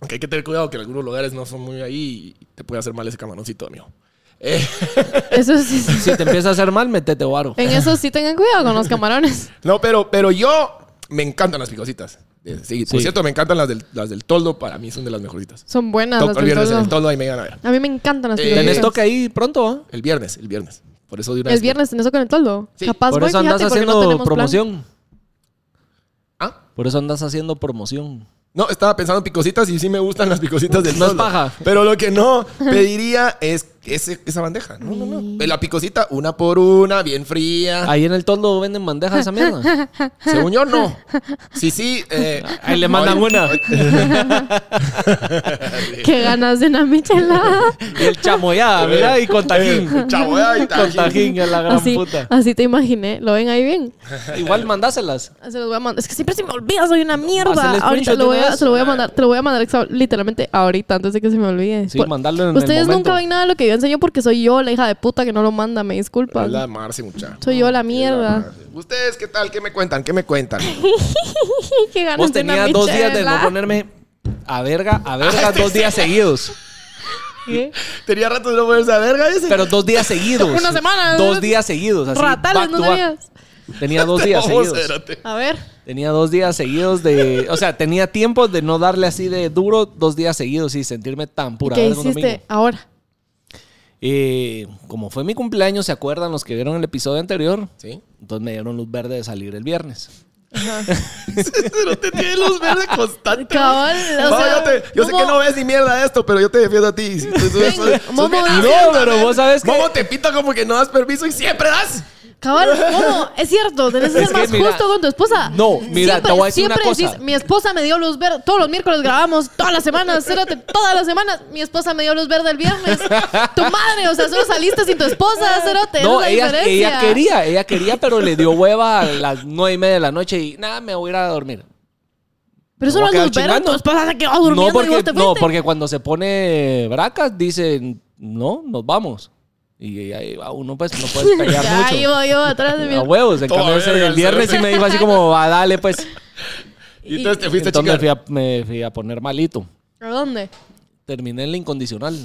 Speaker 1: Aunque hay que tener cuidado que en algunos lugares no son muy ahí y te puede hacer mal ese camaroncito, amigo. Eh,
Speaker 3: Eso sí, sí.
Speaker 2: Si te empieza a hacer mal, metete varo.
Speaker 3: En eso sí tengan cuidado con los camarones.
Speaker 1: no, pero, pero yo me encantan las picositas. Eh, Sí, por
Speaker 2: Sí.
Speaker 1: cierto, me encantan las del, las del toldo. Para mí son de las mejorcitas.
Speaker 3: Son buenas Ah,
Speaker 1: Toco
Speaker 3: las del
Speaker 1: el viernes en el
Speaker 3: toldo.
Speaker 1: toldo, ahí me van a ver.
Speaker 3: A mí me encantan las
Speaker 1: Eh,
Speaker 3: picositas.
Speaker 2: Tenés toque ahí pronto, ¿ah?
Speaker 1: El viernes, el viernes. Por eso de una
Speaker 3: El
Speaker 1: vez-
Speaker 3: viernes tenés toque en el toldo.
Speaker 1: Sí.
Speaker 3: Capaz
Speaker 2: Por
Speaker 3: voy,
Speaker 2: eso andas
Speaker 3: fíjate, porque no
Speaker 2: haciendo
Speaker 3: tenemos plan.
Speaker 2: promoción.
Speaker 1: Ah,
Speaker 2: Por eso andas haciendo promoción.
Speaker 1: No, estaba pensando en picositas y sí me gustan las picositas del
Speaker 2: No es
Speaker 1: toldo.
Speaker 2: paja.
Speaker 1: Pero lo que no pediría es ese- esa bandeja. No, no, no. La picosita, una por una, bien
Speaker 3: Ah.
Speaker 1: fría.
Speaker 2: Ahí en el toldo venden bandejas esa mierda.
Speaker 1: Según yo, no. Sí, sí. eh,
Speaker 2: Ahí le mandan
Speaker 1: hoy-
Speaker 2: una.
Speaker 3: Qué ganas de una michelada.
Speaker 2: Y el chamoyada, mira, y con tajín.
Speaker 1: Eh, Chavo, ay,
Speaker 2: Con
Speaker 1: tajín.
Speaker 2: tajín, a la gran
Speaker 3: así,
Speaker 2: puta.
Speaker 3: así te imaginé. Lo ven ahí bien. Ah,
Speaker 2: Igual mandáselas.
Speaker 3: Se los voy a mandar. Es que siempre se me olvida, soy una mierda.
Speaker 2: Hazle
Speaker 3: Ahorita
Speaker 2: screenshot
Speaker 3: lo
Speaker 2: de
Speaker 3: voy
Speaker 2: una
Speaker 3: a,
Speaker 2: vez. Ah.
Speaker 3: se lo voy a mandar, te lo voy a mandar exa- literalmente ahorita antes de que se me olvide.
Speaker 2: Sí,
Speaker 3: Por-
Speaker 2: mandarlo en el
Speaker 3: Ustedes
Speaker 2: momento.
Speaker 3: nunca ven nada de lo que yo enseño porque soy yo la hija de puta que no lo manda, me disculpan.
Speaker 1: Es la Marce, muchacha.
Speaker 3: Soy yo la mierda.
Speaker 1: ¿Ustedes qué tal? ¿Qué me cuentan? ¿Qué me cuentan?
Speaker 3: Qué ganas
Speaker 2: Vos
Speaker 3: de una
Speaker 2: tenías dos días de no
Speaker 3: michelada.
Speaker 2: ponerme a verga, a verga, dos días seguidos.
Speaker 3: ¿Qué?
Speaker 1: Tenía rato de no ponerse a verga ese.
Speaker 2: Pero dos días seguidos.
Speaker 3: Una semana.
Speaker 2: Dos días seguidos. Así,
Speaker 3: Ratales,
Speaker 2: back
Speaker 3: no
Speaker 2: to back.
Speaker 3: tenías.
Speaker 2: Tenía dos días
Speaker 1: Vamos,
Speaker 2: seguidos.
Speaker 1: espérate.
Speaker 3: A ver.
Speaker 2: Tenía dos días seguidos de. O sea, tenía tiempo de no darle así de duro dos días seguidos y sentirme tan pura.
Speaker 3: ¿Qué
Speaker 2: verga un domingo.
Speaker 3: hiciste ahora?
Speaker 2: Eh, como fue mi cumpleaños, ¿se acuerdan los que vieron el episodio anterior?
Speaker 1: Sí.
Speaker 2: Entonces me dieron luz verde de salir el viernes.
Speaker 1: Pero te tiene luz verde constante.
Speaker 3: Cabal, o
Speaker 1: No,
Speaker 3: sea,
Speaker 1: yo te- yo sé
Speaker 3: ¿cómo-
Speaker 1: que no ves ni mierda de esto, pero yo te defiendo a ti. Si tú- tú- tú-
Speaker 3: Venga,
Speaker 1: sos- sos
Speaker 3: Momo,
Speaker 1: bien
Speaker 3: no,
Speaker 1: abierta,
Speaker 2: pero
Speaker 1: men.
Speaker 2: vos sabes que-
Speaker 1: Momo te pita como que no das permiso y siempre das.
Speaker 3: Cabal, ¿cómo? Es cierto, tenés que
Speaker 2: Es
Speaker 3: ser
Speaker 2: que
Speaker 3: más
Speaker 2: mira-
Speaker 3: justo con tu esposa.
Speaker 2: No, mira, te voy a decir una
Speaker 3: siempre
Speaker 2: cosa.
Speaker 3: decís, mi esposa me dio luz verde. Todos los miércoles grabamos, todas las semanas, cérate, todas las semanas. Mi esposa me dio luz verde el viernes. tu madre, o sea, solo saliste sin tu esposa, cérate. esa es
Speaker 2: no,
Speaker 3: la
Speaker 2: ella,
Speaker 3: diferencia.
Speaker 2: ella quería, ella quería, pero le dio hueva a las nueve y media de la noche y nada, me voy a ir a dormir.
Speaker 3: Pero eso
Speaker 2: Me
Speaker 3: no
Speaker 2: voy a
Speaker 3: es
Speaker 2: quedar
Speaker 3: luz verde,
Speaker 2: chingando.
Speaker 3: tu esposa se quedó durmiendo
Speaker 2: No porque,
Speaker 3: y vos te fuiste.
Speaker 2: no, porque cuando se pone bracas dicen, no, nos vamos. Y ahí va uno, pues no puedes pelear
Speaker 3: Ya
Speaker 2: mucho.
Speaker 3: iba yo atrás de mi...
Speaker 2: A huevos, en
Speaker 1: Todo
Speaker 2: cambio ese
Speaker 1: verga,
Speaker 2: del
Speaker 1: el
Speaker 2: viernes sí
Speaker 1: cerote.
Speaker 2: me dijo así como, va, dale, pues.
Speaker 1: Y entonces te fuiste a
Speaker 2: Entonces me
Speaker 1: chingar.
Speaker 2: fui a, me fui a poner malito.
Speaker 3: ¿A dónde?
Speaker 2: Terminé en la incondicional.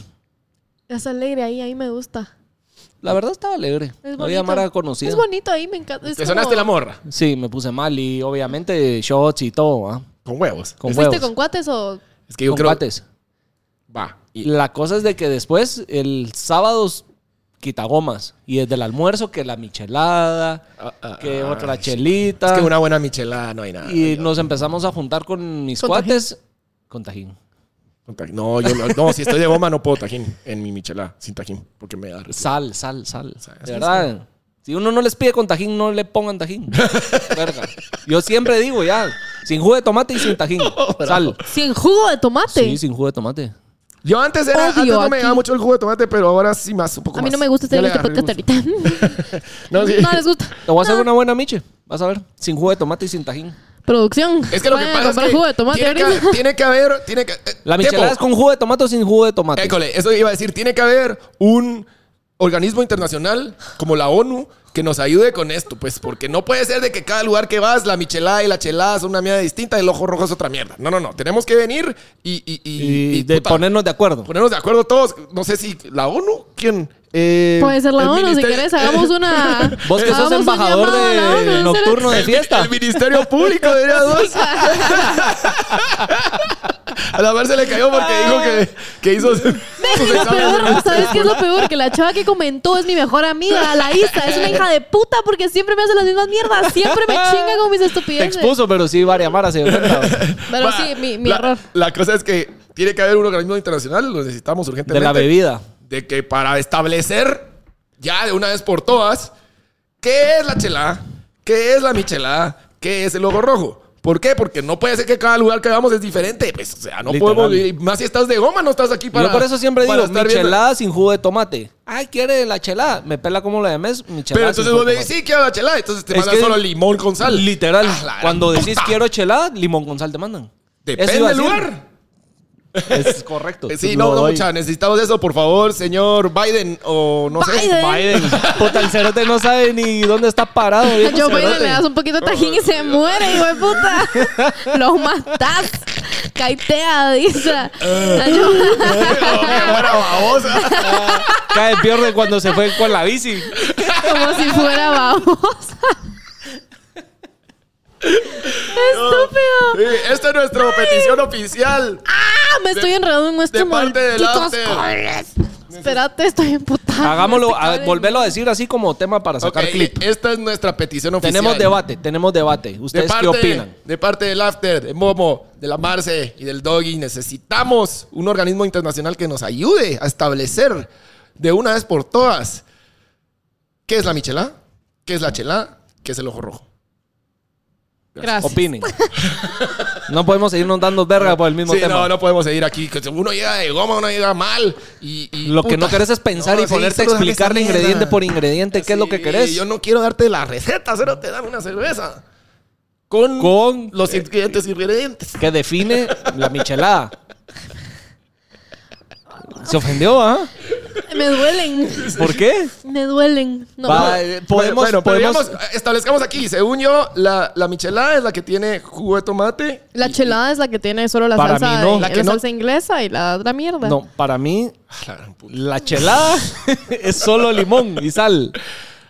Speaker 3: Es alegre ahí, ahí me gusta.
Speaker 2: La verdad estaba alegre.
Speaker 3: Es
Speaker 2: No había
Speaker 3: bonito.
Speaker 2: Mara conocida.
Speaker 3: Es bonito ahí, me encanta. Es
Speaker 1: Te
Speaker 3: como-
Speaker 1: sonaste la morra.
Speaker 2: Sí, me puse mal y obviamente shots y todo, ¿ah?
Speaker 1: Con huevos.
Speaker 2: Con
Speaker 3: ¿Fuiste
Speaker 2: huevos.
Speaker 3: con cuates o...?
Speaker 1: Es que yo
Speaker 2: con
Speaker 1: creo.
Speaker 2: cuates.
Speaker 1: Va.
Speaker 2: Y
Speaker 1: Y
Speaker 2: La cosa es de que después, el sábado, quitagomas. Y desde el almuerzo, que la michelada,
Speaker 1: Ah, ah,
Speaker 2: que
Speaker 1: ah,
Speaker 2: otra
Speaker 1: sí.
Speaker 2: chelita.
Speaker 1: es que una buena michelada no hay nada.
Speaker 2: Y nos empezamos a juntar con mis
Speaker 3: ¿Con
Speaker 2: cuates. Con tajín.
Speaker 1: Con taj- No, yo no, no, si estoy de goma no puedo tajín en mi michelada, sin tajín, porque me da res-
Speaker 2: Sal, sal, sal.
Speaker 1: Sal,
Speaker 2: De
Speaker 1: sal,
Speaker 2: verdad. Si uno no les pide con tajín, no le pongan tajín. Verga. Yo siempre digo ya, sin jugo de tomate y sin tajín. Sal.
Speaker 3: Sin jugo de tomate.
Speaker 2: Sí, sin jugo de tomate.
Speaker 1: Yo antes
Speaker 3: Odio
Speaker 1: era, antes no me
Speaker 3: aquí.
Speaker 1: daba mucho el jugo de tomate, pero ahora sí más, un poco
Speaker 3: A
Speaker 1: más.
Speaker 3: mí no me gusta
Speaker 1: Ya
Speaker 3: este,
Speaker 1: le
Speaker 3: este
Speaker 1: agarré
Speaker 3: podcast
Speaker 1: gusto.
Speaker 3: ahorita.
Speaker 1: No, sí.
Speaker 3: No les gusta.
Speaker 2: Te voy a hacer una buena miche. Vas a ver. Sin jugo de tomate y sin tajín.
Speaker 3: Producción.
Speaker 1: Es que lo que
Speaker 3: Vayan a
Speaker 1: pasa es
Speaker 3: comprar
Speaker 1: que
Speaker 3: jugo de tomate
Speaker 1: tiene,
Speaker 3: ahorita.
Speaker 1: que tiene que haber, tiene que eh,
Speaker 2: La michelada
Speaker 1: Tepo,
Speaker 2: es con jugo de tomate o sin jugo de tomate.
Speaker 1: École, eso iba a decir, tiene que haber un organismo internacional como la ONU que nos ayude con esto, pues, porque no puede ser de que cada lugar que vas, la michelada y la chelada son una mierda distinta y el ojo rojo es otra mierda. No, no, no, tenemos que venir y... y, y-
Speaker 2: y,
Speaker 1: y,
Speaker 2: de
Speaker 1: puta,
Speaker 2: ponernos de acuerdo.
Speaker 1: ponernos de acuerdo todos. No sé si la ONU, ¿quién? Eh,
Speaker 3: Puede ser la
Speaker 1: el
Speaker 3: ONU, si
Speaker 1: ministerio-
Speaker 3: querés, hagamos una.
Speaker 2: Ah, Vos que sos
Speaker 3: hagamos un
Speaker 2: embajador
Speaker 3: llamado a la ONU,
Speaker 2: de
Speaker 3: en
Speaker 2: nocturno de
Speaker 1: El,
Speaker 2: fiesta.
Speaker 1: el Ministerio Público, diría dos.
Speaker 3: serio.
Speaker 1: A la Mar se le cayó porque dijo que, que hizo sus sus
Speaker 3: Lo peor,
Speaker 1: exámenes.
Speaker 3: ¿sabes qué es lo peor? Que la chava que comentó es mi mejor amiga, la Isa. Es una hija de puta porque siempre me hace las mismas mierdas. Siempre me chinga con mis
Speaker 2: Te
Speaker 3: estupideces.
Speaker 2: expuso, pero sí, varias maras se dio cuenta, güey.
Speaker 3: Pero
Speaker 1: Va,
Speaker 3: sí, mi, mi
Speaker 1: la,
Speaker 3: error.
Speaker 1: La cosa es que tiene que haber un organismo internacional, lo necesitamos
Speaker 2: De
Speaker 1: urgentemente.
Speaker 2: la bebida.
Speaker 1: De que para establecer ya de una vez por todas qué es la chelada, qué es la michelada, qué es el logo rojo. ¿Por qué? Porque no puede ser que cada lugar que vamos es diferente. Pues, o sea, no
Speaker 2: Literal.
Speaker 1: podemos. y Más si estás de goma, no estás aquí para.
Speaker 2: Yo por eso siempre
Speaker 1: para
Speaker 2: digo,
Speaker 1: estar viendo.
Speaker 2: michelada sin jugo de tomate. Ay, ¿quiere la chelada? Me pela como la llames, michelada
Speaker 1: Pero
Speaker 2: sin
Speaker 1: entonces
Speaker 2: jugo
Speaker 1: vos
Speaker 2: de
Speaker 1: me decís,
Speaker 2: tomate.
Speaker 1: sí, quiero la chelada. Entonces te
Speaker 2: Es
Speaker 1: mandan
Speaker 2: que-
Speaker 1: solo limón con sal.
Speaker 2: Literal.
Speaker 1: Ah, la gran
Speaker 2: Cuando decís
Speaker 1: puta.
Speaker 2: quiero chelada, limón con sal te mandan. Eso
Speaker 1: Depende
Speaker 2: iba a
Speaker 1: del
Speaker 2: decir.
Speaker 1: lugar. Eh,
Speaker 2: Es correcto.
Speaker 1: Sí,
Speaker 2: Lo
Speaker 1: no, no,
Speaker 2: doy.
Speaker 1: mucha. Necesitamos eso, por favor, señor Biden o no sé.
Speaker 3: Biden.
Speaker 2: Biden. Puta, el cerote no sabe ni dónde está parado.
Speaker 3: A
Speaker 2: viejo
Speaker 3: Joe Biden ¿eh?
Speaker 2: cerote.
Speaker 3: le das un poquito de tajín y se muere, hijo de puta. Los matás. Caitea, dice.
Speaker 1: Ah.
Speaker 3: A Joe-
Speaker 1: Oh, qué buena babosa.
Speaker 2: Cae pierde cuando se fue con la bici.
Speaker 3: Como si fuera babosa. Estúpido.
Speaker 1: Sí, Esta es nuestra petición oficial.
Speaker 3: Ah, me estoy enredando en nuestro
Speaker 1: de parte del
Speaker 3: malditos
Speaker 1: after.
Speaker 3: cables. Espérate, estoy emputada.
Speaker 2: Hagámoslo,
Speaker 3: Este
Speaker 2: a-
Speaker 3: cable.
Speaker 2: volvelo a decir así como tema para sacar
Speaker 1: Ok,
Speaker 2: clip.
Speaker 1: Esta es nuestra petición oficial.
Speaker 2: Tenemos debate, tenemos debate.
Speaker 1: De
Speaker 2: ¿Ustedes
Speaker 1: parte,
Speaker 2: qué opinan?
Speaker 1: de parte del After, de Momo, de la Marce y del Doggy, necesitamos un organismo internacional que nos ayude a establecer de una vez por todas qué es la michelada, qué es la chelada, qué es el ojo rojo.
Speaker 3: Gracias.
Speaker 2: Opinen. No podemos seguirnos dando verga por el mismo
Speaker 1: Sí,
Speaker 2: tema.
Speaker 1: no, no podemos seguir aquí. que Uno llega de goma, uno llega mal. Y, y-
Speaker 2: Lo que
Speaker 1: puta.
Speaker 2: no querés es pensar
Speaker 1: No,
Speaker 2: y
Speaker 1: sí,
Speaker 2: ponerte a
Speaker 1: solo dame
Speaker 2: explicarle
Speaker 1: esa
Speaker 2: ingrediente
Speaker 1: mierda.
Speaker 2: por ingrediente qué es lo que
Speaker 1: Sí,
Speaker 2: querés.
Speaker 1: Yo no quiero darte la receta, solo te dan una cerveza. Con,
Speaker 2: Con-
Speaker 1: los ingredientes ingredientes.
Speaker 2: Que define la michelada. Se ofendió, ¿ah?
Speaker 3: Me duelen.
Speaker 2: ¿Por qué?
Speaker 3: Me duelen. No.
Speaker 2: Va, eh, podemos,
Speaker 1: Bueno, pero
Speaker 2: podemos
Speaker 1: digamos, eh, establezcamos aquí. Según yo, la, la michelada es la que tiene jugo de tomate.
Speaker 3: La chelada es la que tiene solo la
Speaker 2: Para
Speaker 3: salsa,
Speaker 2: mí no.
Speaker 3: de-
Speaker 2: La
Speaker 3: la,
Speaker 2: que no-
Speaker 3: salsa inglesa y la otra mierda.
Speaker 2: No, para mí
Speaker 1: Ah, la gran puta.
Speaker 2: la chelada es solo limón y sal.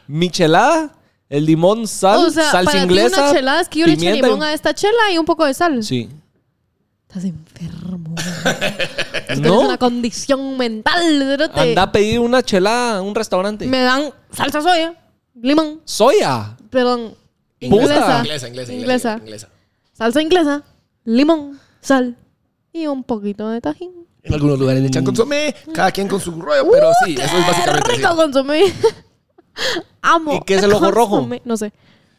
Speaker 2: Mi chelada, el limón, sal,
Speaker 3: o sea,
Speaker 2: salsa
Speaker 3: para ti
Speaker 2: inglesa.
Speaker 3: una chelada es que yo le eché
Speaker 2: pimienta y-
Speaker 3: limón a esta chela y un poco de sal.
Speaker 2: Sí.
Speaker 3: Estás enfermo. Tienes
Speaker 2: No,
Speaker 3: una condición mental. cerote.
Speaker 2: anda a pedir una chelada a un restaurante.
Speaker 3: Me dan salsa soya, limón,
Speaker 2: Soya.
Speaker 3: perdón,
Speaker 2: Puta.
Speaker 3: inglesa,
Speaker 1: Inglesa, inglesa, inglesa.
Speaker 3: Inglesa.
Speaker 1: inglesa.
Speaker 3: salsa inglesa, limón, sal y un poquito de tajín.
Speaker 1: En algunos lugares le echan consomé, cada quien con su rollo, pero sí, eso es básicamente.
Speaker 3: Qué Uh,
Speaker 1: sí.
Speaker 3: Eh, rico consumí. Amo.
Speaker 2: ¿Y qué es el ojo rojo?
Speaker 3: consumí. No sé.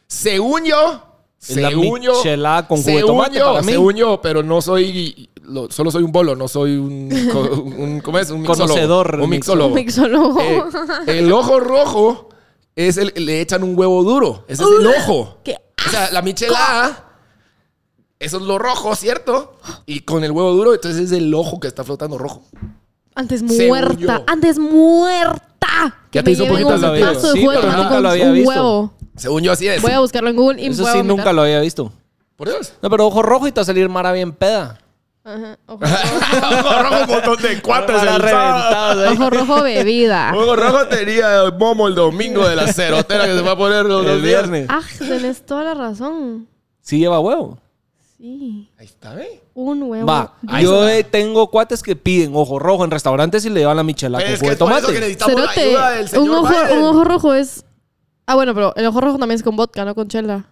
Speaker 1: Según yo,
Speaker 2: Es la
Speaker 1: según yo,
Speaker 2: michelada con jugo de
Speaker 1: según
Speaker 2: tomate
Speaker 1: yo,
Speaker 2: para mí.
Speaker 1: Según yo, pero no soy, lo- solo soy un bolo, no soy un, co- un- ¿cómo es? Un mixólogo.
Speaker 2: Conocedor,
Speaker 1: Un mixólogo.
Speaker 3: Mixólogo.
Speaker 1: Eh, el ojo rojo es el, le echan un huevo duro. Ese es el
Speaker 3: Uh.
Speaker 1: ojo.
Speaker 3: qué
Speaker 1: O sea, la michelada, eso es lo rojo, ¿cierto? Y con el huevo duro, entonces es el ojo que está flotando rojo.
Speaker 3: Antes
Speaker 1: Según
Speaker 3: muerta.
Speaker 1: yo.
Speaker 3: Antes muerta.
Speaker 1: Ya
Speaker 3: Que
Speaker 1: te
Speaker 3: me
Speaker 1: hizo un
Speaker 3: lleven
Speaker 1: poquito la vida.
Speaker 3: pedazo de
Speaker 2: Sí,
Speaker 3: jugo de
Speaker 2: pero
Speaker 3: tomate
Speaker 2: nunca
Speaker 3: con
Speaker 2: lo había
Speaker 3: un
Speaker 2: visto.
Speaker 3: huevo.
Speaker 1: Según yo, así es.
Speaker 3: Voy a buscarlo en Google y
Speaker 2: Eso
Speaker 3: voy a
Speaker 2: sí,
Speaker 3: vomitar.
Speaker 2: nunca lo había visto.
Speaker 1: Por Dios.
Speaker 2: No, pero ojo rojo y te va a salir Mara bien peda.
Speaker 3: Ajá, ojo rojo.
Speaker 1: ojo rojo, un montón de cuatro.
Speaker 2: Mara reventada, ahí.
Speaker 3: Ojo rojo bebida.
Speaker 1: Hugo Rojo tenía Momo el domingo de la cerotera que se va a poner los
Speaker 2: El
Speaker 1: dos
Speaker 2: viernes.
Speaker 3: Ah, tenés toda la razón.
Speaker 2: Sí lleva huevo.
Speaker 3: Sí.
Speaker 1: Ahí está, ¿eh? ¿ve?
Speaker 3: Un huevo.
Speaker 2: Va,
Speaker 1: Ahí
Speaker 2: yo
Speaker 1: está.
Speaker 2: eh, tengo cuates que piden ojo rojo en restaurantes y le llevan la michelada con
Speaker 1: Es
Speaker 2: jugo
Speaker 1: que
Speaker 2: de
Speaker 1: es por eso que
Speaker 2: tomate.
Speaker 1: necesitamos la ayuda del
Speaker 3: un,
Speaker 1: señor
Speaker 3: ojo,
Speaker 1: Biden.
Speaker 3: un ojo rojo es. Ah, bueno, pero el ojo rojo también es con vodka, no con chela.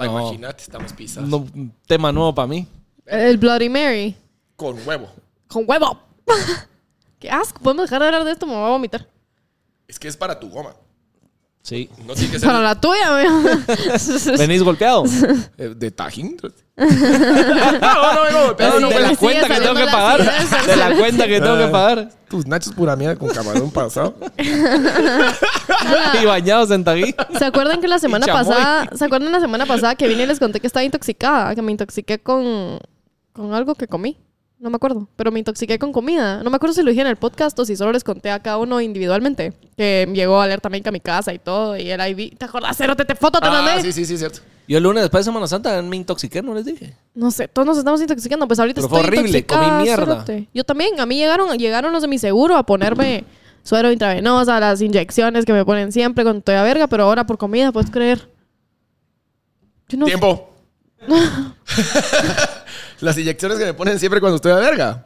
Speaker 1: Va,
Speaker 2: No.
Speaker 1: Imagínate, estamos pisados.
Speaker 2: No, tema nuevo para mí.
Speaker 3: El Bloody Mary.
Speaker 1: Con huevo.
Speaker 3: Con huevo. Qué asco. Podemos dejar de hablar de esto, me voy a vomitar.
Speaker 1: Es que es para tu goma.
Speaker 2: Sí.
Speaker 1: No tiene que ser
Speaker 3: Para la tuya, veo.
Speaker 2: ¿Venís golpeado?
Speaker 1: eh, de tajín. no, no vengo golpeado, no
Speaker 2: de la
Speaker 3: sigue
Speaker 1: pues.
Speaker 2: cuenta que tengo
Speaker 3: saliendo
Speaker 2: que
Speaker 3: la
Speaker 2: pagar.
Speaker 3: acidez,
Speaker 2: De la cuenta que tengo que
Speaker 1: Ah.
Speaker 2: pagar.
Speaker 1: Tus nachos pura mierda con camarón pasado.
Speaker 3: Ah.
Speaker 2: Y bañados en taguí.
Speaker 3: ¿Se acuerdan que la semana
Speaker 2: chamoy.
Speaker 3: pasada, se acuerdan la semana pasada que vine y les conté que estaba intoxicada, que me intoxiqué con con algo que comí? No me acuerdo, pero me intoxiqué con comida. No me acuerdo si lo dije en el podcast o si solo les conté a cada uno individualmente. Que llegó alerta médica a mi casa y todo, y era IV. ¿Te acordás? Cerote, te foto, te
Speaker 1: Ah,
Speaker 3: mandé.
Speaker 1: sí, sí, sí, cierto.
Speaker 2: Yo el lunes después de Semana Santa me intoxiqué, no les dije.
Speaker 3: No sé, todos nos estamos intoxicando. Pues ahorita
Speaker 2: Pero fue
Speaker 3: estoy
Speaker 2: horrible, comí
Speaker 3: intoxicada,
Speaker 2: mierda.
Speaker 3: cerote. Yo también, a mí llegaron, llegaron los de mi seguro a ponerme suero intravenosa, las inyecciones que me ponen siempre con toda verga, pero ahora por comida, puedes creer. Yo no-
Speaker 1: Tiempo. Las inyecciones que me ponen siempre cuando estoy a verga.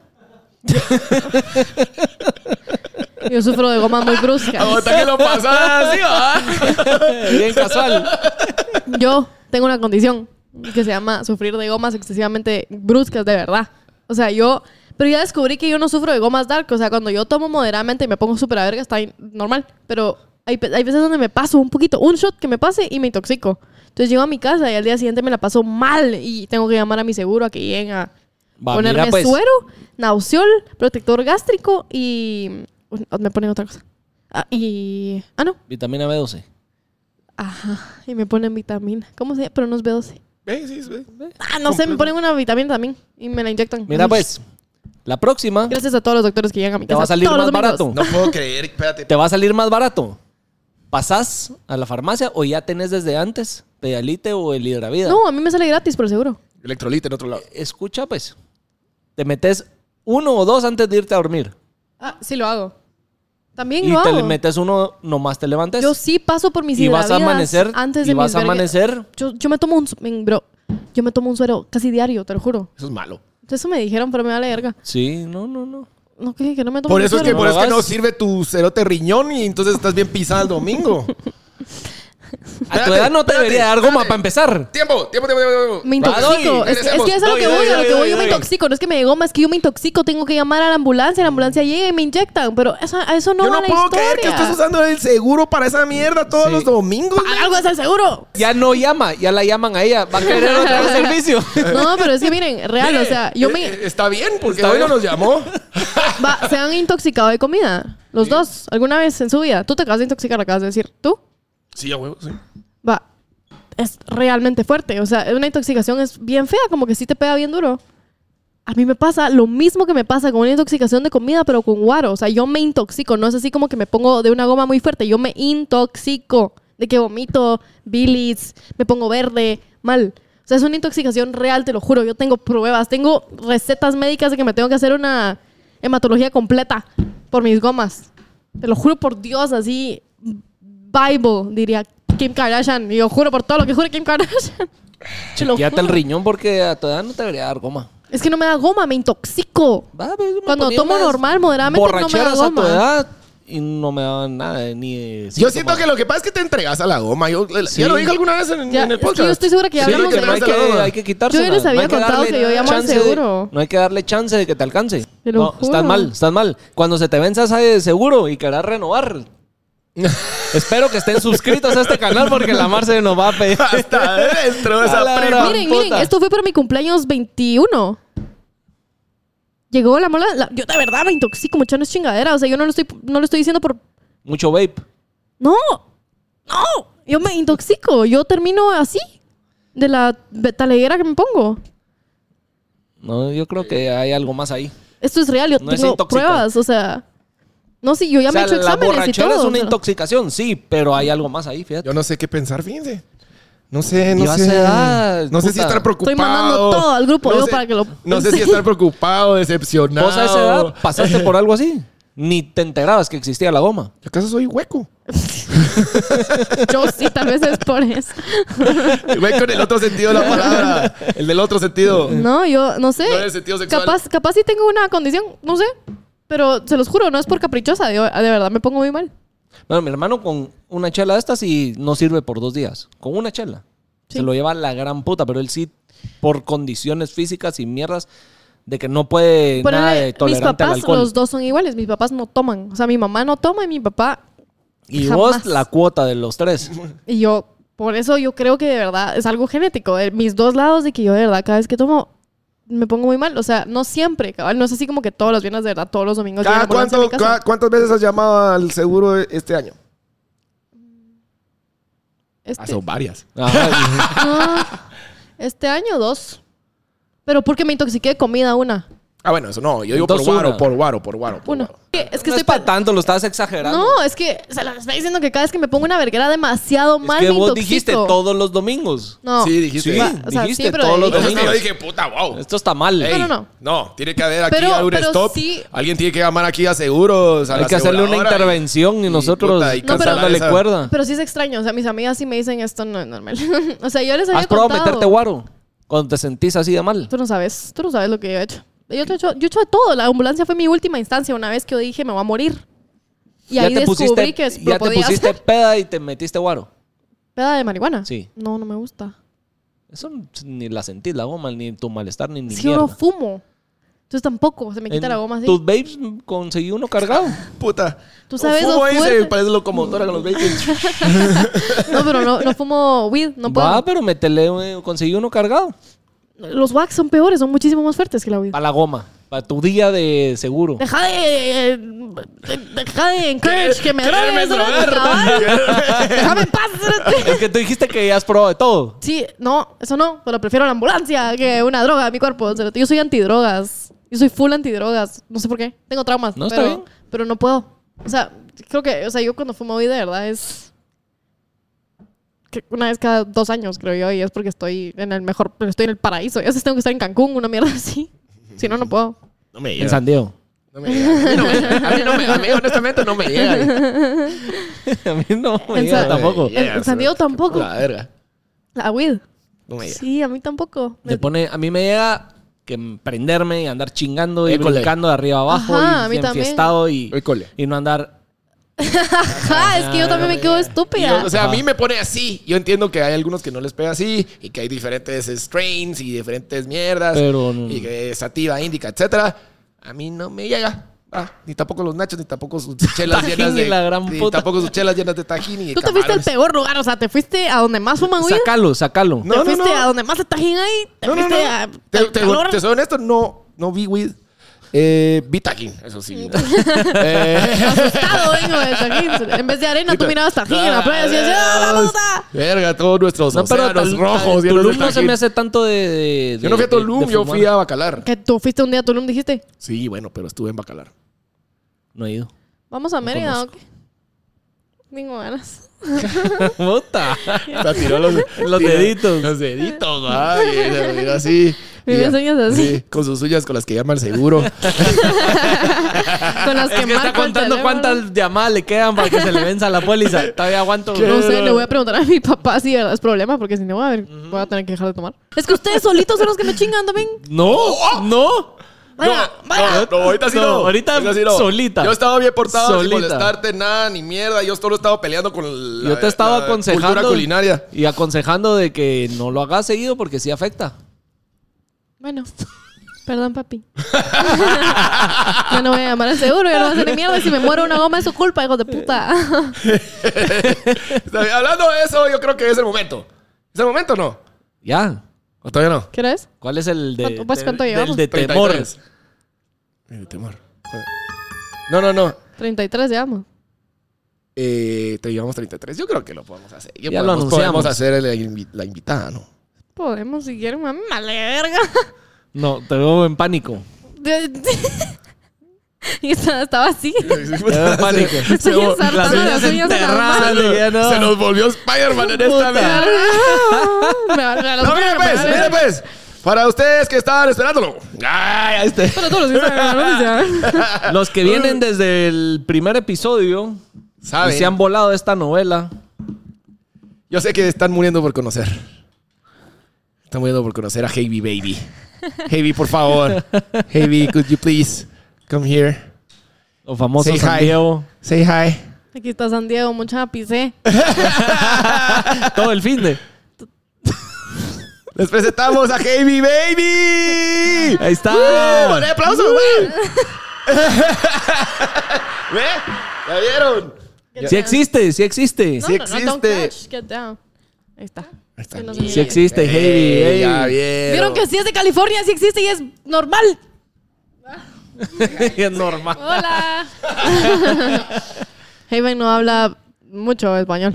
Speaker 3: Yo sufro de gomas muy bruscas.
Speaker 1: Ah, Ahorita que lo pasas así, ¿va?
Speaker 2: Bien casual.
Speaker 3: Yo tengo una condición que se llama sufrir de gomas excesivamente bruscas, de verdad. O sea, yo. Pero ya descubrí que yo no sufro de gomas dark. O sea, cuando yo tomo moderadamente y me pongo súper a verga, está ahí normal. Pero hay, pe- hay veces donde me paso un poquito, un shot que me pase y me intoxico. Entonces llego a mi casa y al día siguiente me la paso mal y tengo que llamar a mi seguro a que lleguen a
Speaker 2: Va,
Speaker 3: ponerme
Speaker 2: mira, pues.
Speaker 3: suero, nauseol, protector gástrico y. Me ponen otra cosa. Ah, y. Ah, no.
Speaker 2: Vitamina B12.
Speaker 3: Ajá, y me ponen vitamina. ¿Cómo se llama? Pero no es B12.
Speaker 1: Ve, sí, ve.
Speaker 3: Ah, no sé, me ponen una vitamina también y me la inyectan.
Speaker 2: Mira,
Speaker 3: Uy,
Speaker 2: pues, la próxima
Speaker 3: Gracias a todos los doctores que llegan a mi
Speaker 2: Te
Speaker 3: casa.
Speaker 2: va a salir
Speaker 3: todos los
Speaker 2: más
Speaker 3: domingos.
Speaker 2: barato.
Speaker 1: No puedo creer, espérate.
Speaker 2: te va a salir más barato. ¿Pasás a la farmacia o ya tenés desde antes Pedalite o el Hidravida?
Speaker 3: No, a mí me sale gratis, por seguro.
Speaker 1: Electrolito en otro lado.
Speaker 2: Escucha, pues, te metes uno o dos antes de irte a dormir.
Speaker 3: Ah, sí lo hago. También
Speaker 2: Y
Speaker 3: lo
Speaker 2: te
Speaker 3: hago.
Speaker 2: metes uno, nomás te levantes.
Speaker 3: Yo sí paso por mis
Speaker 2: y vas a
Speaker 3: hidravidas
Speaker 2: amanecer.
Speaker 3: antes
Speaker 2: y
Speaker 3: de
Speaker 2: vas
Speaker 3: mis
Speaker 2: a
Speaker 3: vergue-
Speaker 2: amanecer.
Speaker 3: Yo, yo me tomo un su- men, bro, yo me tomo un suero casi diario, te lo juro.
Speaker 1: Eso es malo.
Speaker 3: Eso me dijeron, pero me vale verga.
Speaker 2: Sí, no, no, no.
Speaker 3: No, que, que no me tomo
Speaker 1: Por
Speaker 3: un
Speaker 1: eso es que,
Speaker 3: suero.
Speaker 1: por
Speaker 2: ¿No
Speaker 1: eso es que
Speaker 2: vas?
Speaker 1: no sirve tu cerote riñón y entonces estás bien pisada el domingo.
Speaker 2: A tu
Speaker 1: Espérate,
Speaker 2: edad no te
Speaker 1: espérate,
Speaker 2: debería dar goma
Speaker 1: espérate.
Speaker 2: para empezar.
Speaker 1: ¡Tiempo! ¡Tiempo, tiempo, tiempo! tiempo.
Speaker 3: Me
Speaker 2: Va,
Speaker 3: intoxico.
Speaker 2: doy,
Speaker 3: es, que, es que
Speaker 1: regresemos.
Speaker 3: es a lo
Speaker 1: Doy,
Speaker 3: que
Speaker 1: doy,
Speaker 3: voy, a lo
Speaker 1: doy,
Speaker 3: que voy. Yo
Speaker 1: doy,
Speaker 3: me
Speaker 1: doy.
Speaker 3: intoxico. No es que me goma, es que yo me intoxico. Tengo que llamar a la ambulancia. La ambulancia llega y me inyectan. Pero eso, a eso no
Speaker 1: Yo
Speaker 3: va
Speaker 1: no
Speaker 3: la
Speaker 1: puedo
Speaker 3: historia.
Speaker 1: creer que estés usando el seguro para esa mierda todos
Speaker 2: Sí.
Speaker 1: los domingos.
Speaker 3: Para algo es el seguro.
Speaker 2: Ya no llama, ya la llaman a ella. Va a querer otro servicio.
Speaker 3: No, pero es que miren, real, o sea, yo
Speaker 1: Eh,
Speaker 3: me...
Speaker 1: eh, Está bien, porque
Speaker 2: Está
Speaker 1: hoy no
Speaker 2: bien.
Speaker 1: nos llamó.
Speaker 3: va, se han intoxicado de comida, los dos, alguna vez en su vida. Tú te acabas de intoxicar, acabas de decir, tú,
Speaker 1: Sí, a huevo, sí.
Speaker 3: va, es realmente fuerte. O sea, es una intoxicación es bien fea, como que sí te pega bien duro. A mí me pasa lo mismo que me pasa con una intoxicación de comida, pero con guaro. O sea, yo me intoxico. No es así como que me pongo de una goma muy fuerte. Yo me intoxico de que vomito, bilis, me pongo verde, mal. O sea, es una intoxicación real, te lo juro. Yo tengo pruebas, tengo recetas médicas de que me tengo que hacer una hematología completa por mis gomas. Te lo juro por Dios, así. Bible, diría Kim Kardashian. Y yo juro por todo lo que jure Kim Kardashian. Te lo
Speaker 2: Ya está el
Speaker 3: juro.
Speaker 2: riñón porque a tu edad no te debería dar goma.
Speaker 3: Es que no me da goma, me intoxico.
Speaker 2: Va, pues, me
Speaker 3: Cuando
Speaker 2: ponía
Speaker 3: tomo
Speaker 2: unas
Speaker 3: normal, moderadamente, no me da
Speaker 2: borracheras a tu
Speaker 3: goma.
Speaker 2: edad y no me daban nada, de- ni de
Speaker 1: Yo
Speaker 2: síntomas.
Speaker 1: siento que lo que pasa es que te entregas a la goma. Yo,
Speaker 2: Sí.
Speaker 1: ya lo dije alguna vez en,
Speaker 3: Ya,
Speaker 1: en el
Speaker 3: es que
Speaker 1: podcast.
Speaker 3: yo estoy segura que ya
Speaker 1: Sí,
Speaker 3: hablamos
Speaker 1: te
Speaker 3: de
Speaker 2: no hay
Speaker 1: entregas
Speaker 2: que,
Speaker 1: a la goma.
Speaker 2: hay que quitársela.
Speaker 3: Yo ya les había
Speaker 2: No hay
Speaker 3: contado
Speaker 2: darle
Speaker 3: que yo llamo al
Speaker 2: chance de-
Speaker 3: seguro.
Speaker 2: no hay que darle chance de que te alcance.
Speaker 3: Te lo
Speaker 2: no,
Speaker 3: juro.
Speaker 2: estás mal, estás mal. Cuando se te venza esa de seguro y querrás renovar. Espero que estén suscritos a este canal porque la Mar se nos va a pedir.
Speaker 1: Hasta adentro de
Speaker 2: A la
Speaker 1: esa prima.
Speaker 2: gran
Speaker 3: Miren,
Speaker 2: puta.
Speaker 3: miren, esto fue para mi cumpleaños 21. Llegó la mola. la- yo de verdad me intoxico, mucho no es chingadera. O sea, yo no lo estoy, no lo estoy diciendo por.
Speaker 2: Mucho vape.
Speaker 3: No, no, yo me intoxico. Yo termino así de la be- taleguera que me pongo.
Speaker 2: No, yo creo que hay algo más ahí.
Speaker 3: Esto es real, yo
Speaker 2: No es
Speaker 3: tengo
Speaker 2: intoxica.
Speaker 3: pruebas, o sea. No, sí, yo ya
Speaker 2: o sea,
Speaker 3: me he hecho
Speaker 2: la
Speaker 3: exámenes y
Speaker 2: borrachera
Speaker 3: todo.
Speaker 2: es una
Speaker 3: o sea.
Speaker 2: intoxicación, sí, pero hay algo más ahí, fíjate.
Speaker 1: Yo no sé qué pensar, fíjense. No sé, no
Speaker 2: Yo a
Speaker 1: sé.
Speaker 2: esa edad,
Speaker 1: no sé si
Speaker 2: puta.
Speaker 1: estar preocupado.
Speaker 3: mandando todo al grupo,
Speaker 1: no
Speaker 3: yo,
Speaker 1: sé-
Speaker 3: para que lo
Speaker 1: No sé
Speaker 3: piense.
Speaker 1: si estar preocupado, decepcionado.
Speaker 2: Vos a esa edad pasaste por algo así. Ni te enterabas que existía la goma.
Speaker 1: ¿Acaso soy hueco?
Speaker 3: Yo sí, tal vez es por eso.
Speaker 1: Hueco en el otro sentido de la palabra. El del otro sentido.
Speaker 3: No, yo no sé.
Speaker 1: No en el sentido sexual.
Speaker 3: Capaz, capaz sí tengo una condición, no sé. Pero se los juro, no es por caprichosa. yo, de verdad, me pongo muy mal.
Speaker 2: Bueno, mi hermano con una chela de estas y no sirve por dos días. Con una chela.
Speaker 3: Sí.
Speaker 2: Se lo lleva la gran puta, pero él sí, por condiciones físicas y mierdas, de que no puede
Speaker 3: Ponele,
Speaker 2: nada de
Speaker 3: mis
Speaker 2: tolerante al
Speaker 3: papás,
Speaker 2: alcohol.
Speaker 3: los dos son iguales. Mis papás no toman. O sea, mi mamá no toma y mi papá.
Speaker 2: y
Speaker 3: jamás.
Speaker 2: vos, la cuota de los tres.
Speaker 3: Y yo, por eso yo creo que de verdad es algo genético. de mis dos lados, de que yo de verdad cada vez que tomo me pongo muy mal. O sea, no siempre, cabal. No es así como que todos los viernes, de verdad, todos los domingos. llega la
Speaker 1: ¿Cada
Speaker 3: ambulancia a
Speaker 1: cuánto-
Speaker 3: mi casa.
Speaker 1: cada- ¿Cuántas veces has llamado al seguro este año?
Speaker 3: Este-
Speaker 1: Ah, son varias.
Speaker 2: Ajá,
Speaker 3: Ah, este año dos. Pero porque me intoxiqué de comida una.
Speaker 1: Ah, bueno, eso no. Yo digo por
Speaker 2: Entonces,
Speaker 1: guaro,
Speaker 2: una.
Speaker 1: por guaro, por guaro. por
Speaker 3: Una.
Speaker 1: guaro.
Speaker 3: Es que
Speaker 2: no
Speaker 3: estoy
Speaker 2: es para
Speaker 3: pa-
Speaker 2: tanto, lo estás exagerando.
Speaker 3: No, es que se las estoy diciendo que cada vez que me pongo una verguera demasiado
Speaker 2: es
Speaker 3: mal
Speaker 2: que
Speaker 3: me
Speaker 2: vos
Speaker 3: intoxico.
Speaker 2: dijiste todos los domingos.
Speaker 3: No.
Speaker 1: Sí, dijiste.
Speaker 2: Sí,
Speaker 1: Va,
Speaker 3: o sea,
Speaker 2: dijiste
Speaker 3: sí, pero
Speaker 2: todos los
Speaker 3: de-
Speaker 1: Entonces
Speaker 2: domingos.
Speaker 1: yo dije, puta, wow.
Speaker 2: Esto está mal.
Speaker 1: Ey,
Speaker 3: no, no.
Speaker 1: tiene que haber aquí
Speaker 3: Pero-
Speaker 1: un
Speaker 3: pero
Speaker 1: stop.
Speaker 3: sí-
Speaker 1: Alguien tiene que llamar aquí a seguros. a
Speaker 2: Hay
Speaker 1: la
Speaker 2: que hacerle una
Speaker 1: aseguradora y-
Speaker 2: intervención y, nosotros
Speaker 1: puta, y
Speaker 3: No, pero-
Speaker 2: dándole
Speaker 1: cancelar esa-
Speaker 2: cuerda.
Speaker 3: Pero sí es extraño. O sea, mis amigas sí me dicen esto no es normal. o sea, yo les había
Speaker 2: ¿Has probado
Speaker 3: contado.
Speaker 2: meterte guaro? Cuando te sentís así de mal.
Speaker 3: Tú no sabes, tú no sabes lo que yo he hecho. Yo he hecho, yo he hecho de todo. La ambulancia fue mi última instancia una vez que yo dije me voy a morir. Y ahí descubrí que es-
Speaker 2: ya
Speaker 3: lo
Speaker 2: te
Speaker 3: podía
Speaker 2: pusiste
Speaker 3: hacer.
Speaker 2: peda y te metiste guaro.
Speaker 3: ¿Peda de marihuana?
Speaker 2: Sí.
Speaker 3: No, no me gusta.
Speaker 2: Eso n- ni la sentís la goma, ni tu malestar, ni ni
Speaker 3: Si yo
Speaker 2: mierda.
Speaker 3: no fumo. Entonces tampoco se me quita
Speaker 2: En
Speaker 3: la goma así.
Speaker 2: Tus babes mm, conseguí uno cargado.
Speaker 1: Puta.
Speaker 3: Tú sabes
Speaker 1: Fumo
Speaker 3: lo
Speaker 1: ese,
Speaker 3: fuerte.
Speaker 1: parece locomotora con los bacon.
Speaker 3: No, pero no, no fumo weed, no puedo.
Speaker 2: Va, pero metele, eh, conseguí uno cargado.
Speaker 3: Los wax son peores, son muchísimo más fuertes que la weed.
Speaker 2: Para la goma. Para tu día de seguro.
Speaker 3: Deja de, eh, de- Deja de encourage que me
Speaker 1: Quererme
Speaker 3: drogues.
Speaker 1: drogar,
Speaker 3: cabal. Déjame en paz.
Speaker 2: es que tú dijiste que ya has probado de todo.
Speaker 3: Sí, no, eso no. Pero prefiero la ambulancia que una droga a mi cuerpo. cerote. Yo soy antidrogas. Yo soy full antidrogas. No sé por qué. Tengo traumas.
Speaker 2: No, está
Speaker 3: pero,
Speaker 2: bien.
Speaker 3: pero no puedo. O sea, creo que, o sea, yo cuando fumo hoy de verdad es. que Una vez cada dos años, creo yo, y es porque estoy en el mejor, estoy en el paraíso. Ya veces tengo que estar en Cancún, una mierda así. Si no, no puedo.
Speaker 1: No me
Speaker 2: En
Speaker 1: llega.
Speaker 2: San Diego.
Speaker 1: No me llega. A mí, no me, a mí no me- a mí honestamente no me llega.
Speaker 2: A mí no me
Speaker 3: En
Speaker 2: llega
Speaker 3: San-
Speaker 2: tampoco.
Speaker 1: Yeah,
Speaker 3: en San
Speaker 1: sí.
Speaker 3: Diego tampoco.
Speaker 1: La verga.
Speaker 3: La weed.
Speaker 1: No me llega.
Speaker 3: Sí, a mí tampoco.
Speaker 2: Me pone, a mí me llega que prenderme y andar chingando y
Speaker 1: École.
Speaker 2: brincando de arriba abajo
Speaker 3: Ajá, a
Speaker 2: y,
Speaker 3: mí
Speaker 2: y
Speaker 3: también.
Speaker 2: enfiestado y,
Speaker 1: École.
Speaker 2: y no andar.
Speaker 3: Ajá, es que yo también me quedo
Speaker 1: Y
Speaker 3: estúpida.
Speaker 1: yo, o sea, a mí me pone así. Yo entiendo que hay algunos que no les pega así y que hay diferentes strains y diferentes mierdas.
Speaker 2: Pero no.
Speaker 1: Y que sativa, indica, etcétera. A mí no me llega. Ah, ni tampoco los nachos, ni tampoco sus chelas
Speaker 2: Tajín
Speaker 1: llenas
Speaker 2: y
Speaker 1: de.
Speaker 2: la gran
Speaker 1: ni
Speaker 2: puta.
Speaker 1: tampoco sus chelas llenas de tajín y
Speaker 3: Tú te fuiste al
Speaker 1: camarones.
Speaker 3: peor lugar, o sea, te fuiste a donde más fuman weed.
Speaker 2: Sacalo, sacalo.
Speaker 1: No,
Speaker 3: te
Speaker 1: no,
Speaker 3: fuiste
Speaker 1: no.
Speaker 3: a donde más se tajín ahí. Te
Speaker 1: No, no,
Speaker 3: fuiste
Speaker 1: no.
Speaker 3: a.
Speaker 1: Te,
Speaker 3: al
Speaker 1: te-
Speaker 3: calor.
Speaker 1: te soy honesto, no, no vi weed. Eh, vi tajín, eso sí. eh,
Speaker 3: Asustado vengo de tajín. En vez de arena, tú mirabas tajín en la playa y decías, ¡ah, la puta!
Speaker 1: Verga, todos nuestros
Speaker 2: No, pero
Speaker 1: océanos
Speaker 2: tal-
Speaker 1: rojos. llenos de
Speaker 2: Tulum no se
Speaker 1: tajín.
Speaker 2: me hace tanto de. de-
Speaker 1: Yo no fui a
Speaker 2: de- de-
Speaker 1: Tulum,
Speaker 2: de
Speaker 1: yo
Speaker 2: fumar.
Speaker 1: fui a Bacalar.
Speaker 3: Que tú fuiste un día a Tulum, dijiste,
Speaker 1: Sí, bueno, pero estuve en Bacalar.
Speaker 2: No he ido.
Speaker 3: vamos a Mérida, ¿o
Speaker 2: conozco.
Speaker 3: qué? Tengo ganas.
Speaker 2: Puta.
Speaker 1: Hasta tiró los,
Speaker 2: Los
Speaker 1: tiró
Speaker 2: deditos.
Speaker 1: Los deditos, ay, eh, se miró así.
Speaker 3: Me
Speaker 1: Y ya,
Speaker 3: enseñas así.
Speaker 1: sí, con sus uñas con las que llama el seguro.
Speaker 3: Con las que,
Speaker 2: Es que está
Speaker 3: marco el
Speaker 2: contando
Speaker 3: teléfono.
Speaker 2: cuántas llamadas le quedan para que se le venza la póliza. Todavía aguanto.
Speaker 3: No sé, le voy a preguntar a mi papá si de verdad es problema, porque si no, a ver, voy a tener que dejar de tomar. Es que ustedes solitos son los que me chingan también.
Speaker 2: No, no.
Speaker 3: Vaya, vaya.
Speaker 1: No, ahorita sí no.
Speaker 2: No, ahorita
Speaker 1: Ahorita sí no.
Speaker 2: solita.
Speaker 1: Yo estaba bien portado
Speaker 2: Solita.
Speaker 1: sin molestarte nada ni mierda. Yo solo estaba peleando con la
Speaker 2: Yo te estaba
Speaker 1: la
Speaker 2: aconsejando.
Speaker 1: cultura culinaria.
Speaker 2: Y aconsejando de que no lo hagas seguido porque sí afecta.
Speaker 3: Bueno, perdón, papi. ya no voy a llamar al seguro, ya no voy a hacer ni mierda. Si me muero una goma es su culpa, hijos de puta.
Speaker 1: Está bien, Hablando de eso, yo creo que es el momento. ¿Es el momento o no?
Speaker 2: Ya.
Speaker 1: ¿O todavía no?
Speaker 3: ¿Crees?
Speaker 2: ¿Cuál es el de,
Speaker 3: ¿Cuánto- pues,
Speaker 2: de-
Speaker 3: cuánto
Speaker 2: del
Speaker 3: llevamos?
Speaker 2: de temor?
Speaker 1: 33. El Eh, temor. No, no, no.
Speaker 3: 33 llevamos.
Speaker 1: Eh, te llevamos 33. Yo creo que lo podemos hacer. Ya,
Speaker 2: Ya lo
Speaker 1: podemos,
Speaker 2: anunciamos.
Speaker 1: podemos hacer el- la, invi- la invitada, ¿no?
Speaker 3: Podemos, si quieren, mami, male verga.
Speaker 2: No, te veo en pánico.
Speaker 3: y estaba, estaba así.
Speaker 1: pues,
Speaker 2: Te veo en pánico.
Speaker 3: Estoy ensartando
Speaker 2: Las uñas
Speaker 3: las uñas en las
Speaker 2: enterradas.
Speaker 3: manos.
Speaker 2: ya no.
Speaker 1: Se nos volvió Spider-Man en esta
Speaker 2: Puta.
Speaker 1: mierda.
Speaker 3: Me va- me va- los
Speaker 1: No,
Speaker 3: voy a
Speaker 1: mire, pues,
Speaker 3: preparar,
Speaker 1: mire,
Speaker 3: ¿eh?
Speaker 1: pues. Para ustedes que estaban esperándolo. Ay, ahí está.
Speaker 3: Pero todos los días me van a anunciar.
Speaker 2: Los que vienen desde el primer episodio y
Speaker 1: Saben,
Speaker 2: se han volado esta novela.
Speaker 1: Yo sé que están muriendo por conocer. Están muriendo por conocer a Heavy Baby. Heavy, por favor. Heavy, could you please come here?
Speaker 2: O famoso
Speaker 1: Say
Speaker 2: San
Speaker 1: hi.
Speaker 2: Diego.
Speaker 1: Say hi.
Speaker 3: Aquí está San Diego, mucha pisé.
Speaker 2: Todo el fin de.
Speaker 1: Les presentamos a Heavy Baby.
Speaker 2: Ahí está.
Speaker 1: ¡Uh! ¡De aplauso, güey! ¿Ve? ¿Ya vieron?
Speaker 2: Sí existe, sí existe.
Speaker 1: Sí existe.
Speaker 3: Ahí está.
Speaker 1: Ahí está.
Speaker 3: Sí, no
Speaker 2: Sí existe,
Speaker 1: Ey,
Speaker 2: Heavy. ey.
Speaker 1: Ya vieron.
Speaker 3: Vieron que sí es de California, sí existe y es normal.
Speaker 2: es normal.
Speaker 3: Hola. Haven no habla mucho español.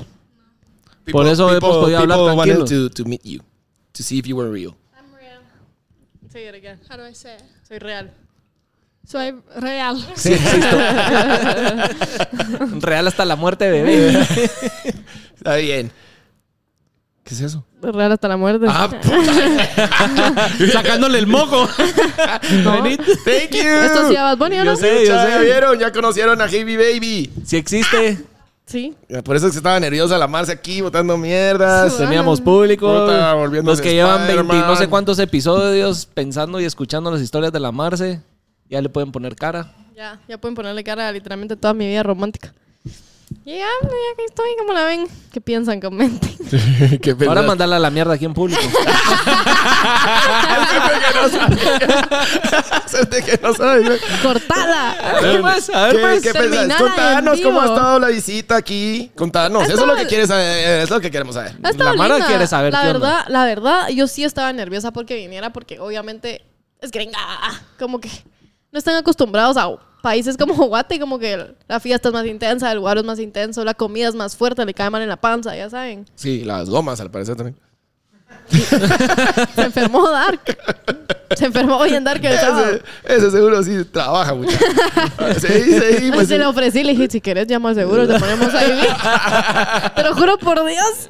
Speaker 2: Por eso hemos podido hablar
Speaker 1: people wanted
Speaker 2: tranquilos.
Speaker 1: To, to meet you, to see if you were real.
Speaker 4: I'm real.
Speaker 3: Say it again.
Speaker 4: How do I say it?
Speaker 3: Soy real.
Speaker 4: Soy real.
Speaker 2: Real hasta la muerte, bebé.
Speaker 1: Está bien. ¿Qué es eso?
Speaker 3: Real hasta la muerte.
Speaker 1: Ah, puta.
Speaker 2: Sacándole el moco.
Speaker 3: No.
Speaker 2: Venid.
Speaker 1: thank you.
Speaker 3: Esto sí a Bad Bunny, ¿o
Speaker 2: Yo
Speaker 3: ¿no?
Speaker 2: sé. Sí, yo
Speaker 1: ya vieron, ya conocieron a Heavy Baby.
Speaker 2: Si existe.
Speaker 3: Sí.
Speaker 1: Por eso es que estaba nerviosa la Marce aquí, botando mierdas.
Speaker 3: Sí.
Speaker 2: Teníamos público.
Speaker 1: Ah, Puta, volviéndose
Speaker 2: los que llevan 20 y no sé
Speaker 1: Spider-Man.
Speaker 2: cuántos episodios pensando y escuchando las historias de la Marce, ya le pueden poner cara.
Speaker 3: Ya, ya pueden ponerle cara a literalmente toda mi vida romántica. Y ya, ya que estoy, ¿cómo la ven? ¿Qué piensan? Comenten.
Speaker 1: Qué pena.
Speaker 2: Ahora mandarla a la mierda aquí en público.
Speaker 1: Gente que no sabe.
Speaker 3: ¡Cortada!
Speaker 2: A ver, pues, a ver,
Speaker 1: Em, ¿Qué,
Speaker 2: pues.
Speaker 1: qué
Speaker 3: terminala
Speaker 1: pensás?
Speaker 3: en
Speaker 1: Contanos cómo ha
Speaker 3: vivo.
Speaker 1: estado la visita aquí. Contanos. Eso es lo que quieres saber. Es lo que queremos saber.
Speaker 3: Ha estado
Speaker 2: La Mara
Speaker 3: linda.
Speaker 2: quiere saber
Speaker 3: La
Speaker 2: qué onda.
Speaker 3: verdad, la verdad, yo sí estaba nerviosa porque viniera porque obviamente es gringa. Como que no están acostumbrados a países como Guate, como que la fiesta es más intensa, el lugar es más intenso, la comida es más fuerte, le cae mal en la panza, ya saben.
Speaker 1: Sí, las gomas al parecer también.
Speaker 3: Se enfermó Dark. Se enfermó hoy en Dark el sábado.
Speaker 1: Ese, ese seguro sí trabaja mucho. Sí, sí, pues.
Speaker 3: se le ofrecí, le dije, si querés llama al seguro, te ponemos ahí. Te lo juro por Dios.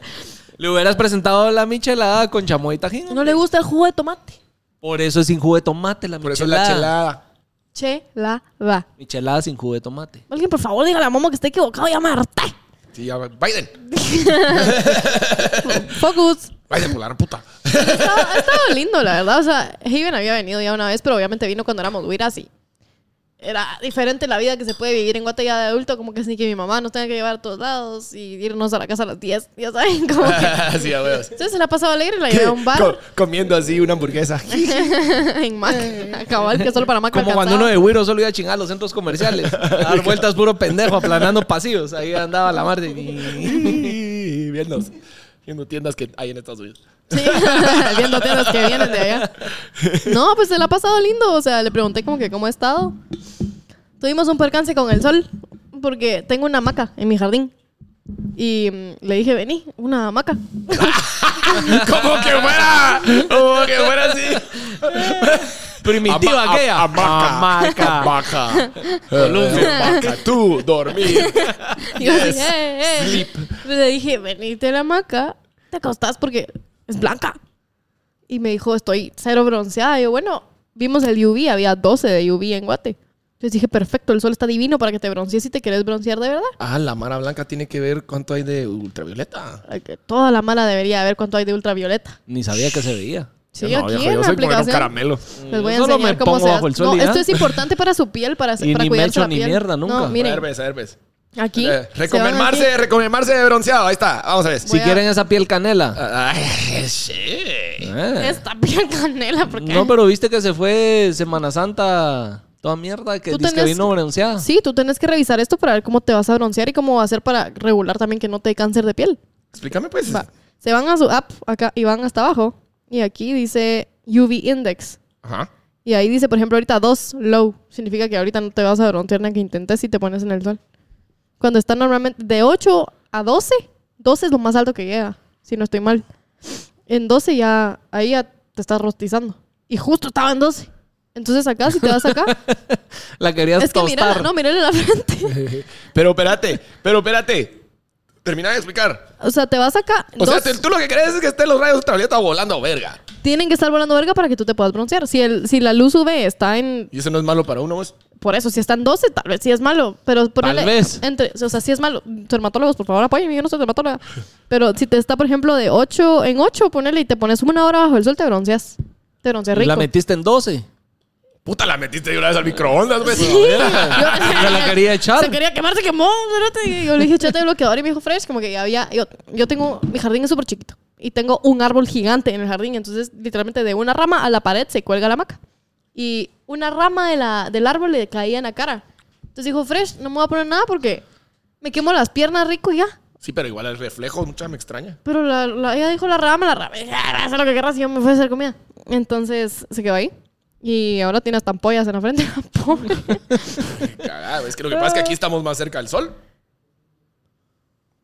Speaker 2: Le hubieras presentado la michelada con chamoy y tajín.
Speaker 3: No le gusta el jugo de tomate.
Speaker 2: Por eso es sin jugo de tomate la
Speaker 1: Por eso es
Speaker 2: michelada.
Speaker 1: la chelada.
Speaker 3: Che, la, va.
Speaker 2: Michelada sin jugo de tomate.
Speaker 3: Alguien, por favor, diga a la mamá que está equivocado y amarte.
Speaker 1: Sí, ya, Biden.
Speaker 3: Focus.
Speaker 1: Biden por la gran puta.
Speaker 3: Ha estado, ha estado lindo, la verdad. O sea, Haven había venido ya una vez, pero obviamente vino cuando éramos güiras y era diferente la vida que se puede vivir en Guate ya de adulto. Como que sin que mi mamá nos tenga que llevar a todos lados y irnos a la casa a las 10. Ya saben, como que...
Speaker 1: sí, a huevos.
Speaker 3: Entonces se la pasaba alegre, la llevé a un bar
Speaker 1: Co- comiendo así una hamburguesa.
Speaker 3: en Mac. Acabó que solo para Mac
Speaker 2: Como cuando uno de Wiro solo iba a chingar a los centros comerciales. A dar vueltas puro pendejo, aplanando pasillos. Ahí andaba la Marce.
Speaker 1: viendo, viendo tiendas que hay en Estados Unidos.
Speaker 3: Sí, viendo temas que vienen de allá. No, pues se la ha pasado lindo. O sea, le pregunté como que cómo ha estado. Tuvimos un percance con el sol porque tengo una hamaca en mi jardín. Y mm, le dije, vení, una hamaca.
Speaker 1: Como que fuera, como que fuera así.
Speaker 2: Primitiva
Speaker 1: Ama-
Speaker 2: aquella.
Speaker 1: a- Hamaca.
Speaker 2: Hamaca.
Speaker 1: Hamaca. Volumen. Hamaca. Eh, Tú, dormir.
Speaker 3: Y yo dije, "Eh, eh". Le dije, venite a la hamaca, te acostás porque es blanca. Y me dijo, estoy cero bronceada. Y yo, bueno, vimos el UV, había 12 de UV en Guate. Entonces dije, perfecto, el sol está divino para que te broncees si te querés broncear de verdad.
Speaker 1: Ah, la mara blanca tiene que ver cuánto hay de ultravioleta.
Speaker 3: Ay, que Toda la mala debería haber cuánto hay de ultravioleta.
Speaker 2: Ni sabía que se veía.
Speaker 3: Sí,
Speaker 1: Yo no,
Speaker 3: aquí
Speaker 1: viejo,
Speaker 3: en
Speaker 1: yo
Speaker 3: la
Speaker 1: soy comer un
Speaker 3: aplicación.
Speaker 1: caramelo.
Speaker 3: Les voy a
Speaker 2: Yo solo
Speaker 3: enseñar
Speaker 2: me
Speaker 3: cómo
Speaker 2: pongo
Speaker 3: se
Speaker 2: bajo el
Speaker 3: hace.
Speaker 2: sol
Speaker 3: No,
Speaker 2: y ya.
Speaker 3: esto es importante para su piel, para,
Speaker 2: Y
Speaker 3: para
Speaker 2: ni
Speaker 3: cuidarse la
Speaker 2: me echo ni
Speaker 3: piel.
Speaker 2: mierda
Speaker 3: No,
Speaker 2: nunca.
Speaker 3: miren,
Speaker 1: Herbes, herbes.
Speaker 3: aquí.
Speaker 1: Eh,
Speaker 3: se van aquí.
Speaker 1: recomendarse, recomendarse de bronceado. Ahí está. Vamos a ver.
Speaker 2: Si
Speaker 3: Voy a- Ah.
Speaker 2: quieren esa piel canela.
Speaker 1: Ay, sí.
Speaker 2: Eh.
Speaker 3: Esta piel canela, porque.
Speaker 2: No, pero viste que se fue Semana Santa. Toda mierda que
Speaker 3: Tú
Speaker 2: dice que
Speaker 3: tenés-
Speaker 2: vino bronceada.
Speaker 3: Sí, tú tenés que revisar esto para ver cómo te vas a broncear y cómo va a ser para regular también que no te dé cáncer de piel.
Speaker 1: Explícame, pues.
Speaker 3: Va. Se van a su app acá y van hasta abajo. Y aquí dice UV Index.
Speaker 1: Ajá.
Speaker 3: Y ahí dice, por ejemplo, ahorita 2 low. Significa que ahorita no te vas a broncear ni que intentes si te pones en el sol. Cuando está normalmente de 8 a 12, 12 es lo más alto que llega, si no estoy mal. En 12 ya, ahí ya te estás rostizando. Y justo estaba en 12. Entonces acá, si te vas acá,
Speaker 2: La querías
Speaker 3: es que mira,
Speaker 2: tostar.
Speaker 3: no, mírale la frente.
Speaker 1: Pero espérate, pero espérate. Termina de explicar.
Speaker 3: O sea, te vas acá.
Speaker 1: O sea,
Speaker 3: dos-
Speaker 1: te- tú lo que crees es que estén los rayos ultravioleta volando, verga.
Speaker 3: Tienen que estar volando verga para que tú te puedas broncear. Si, el, si la luz UV está en
Speaker 1: Y eso no es malo para uno, pues. vos.
Speaker 3: Por eso, si están 12, tal vez sí es malo. Pero ponele,
Speaker 2: vez.
Speaker 3: Entre, o sea, sí es malo. Dermatólogos, por favor, apóyenme. Yo no soy dermatóloga. Pero si te está, por ejemplo, de 8 en 8, ponele y te pones una hora bajo el sol, te bronceas. Te bronceas rico.
Speaker 2: La metiste en 12.
Speaker 1: Puta, la metiste de una vez al microondas, pues.
Speaker 2: Yo la quería echar.
Speaker 3: Se quería quemar, se quemó. cerote. Y Yo le dije, echate el bloqueador y me dijo, Fresh, como que ya había. Yo, yo tengo. Mi jardín es súper chiquito. Y tengo un árbol gigante en el jardín. Entonces, literalmente, de una rama a la pared se cuelga la maca. Y una rama de la, del árbol le caía en la cara. Entonces dijo, Fresh, no me voy a poner nada porque me quemo las piernas rico y ya.
Speaker 1: Sí, pero igual el reflejo, mucha me extraña.
Speaker 3: Pero la, la- ella dijo la rama, la rama. Ya, Haz lo que querrás y yo me fui a hacer comida. Entonces se quedó ahí. Y ahora tiene hasta ampollas en la frente. Pobre.
Speaker 1: Cagado. Es que lo que pasa es que aquí estamos más cerca del sol.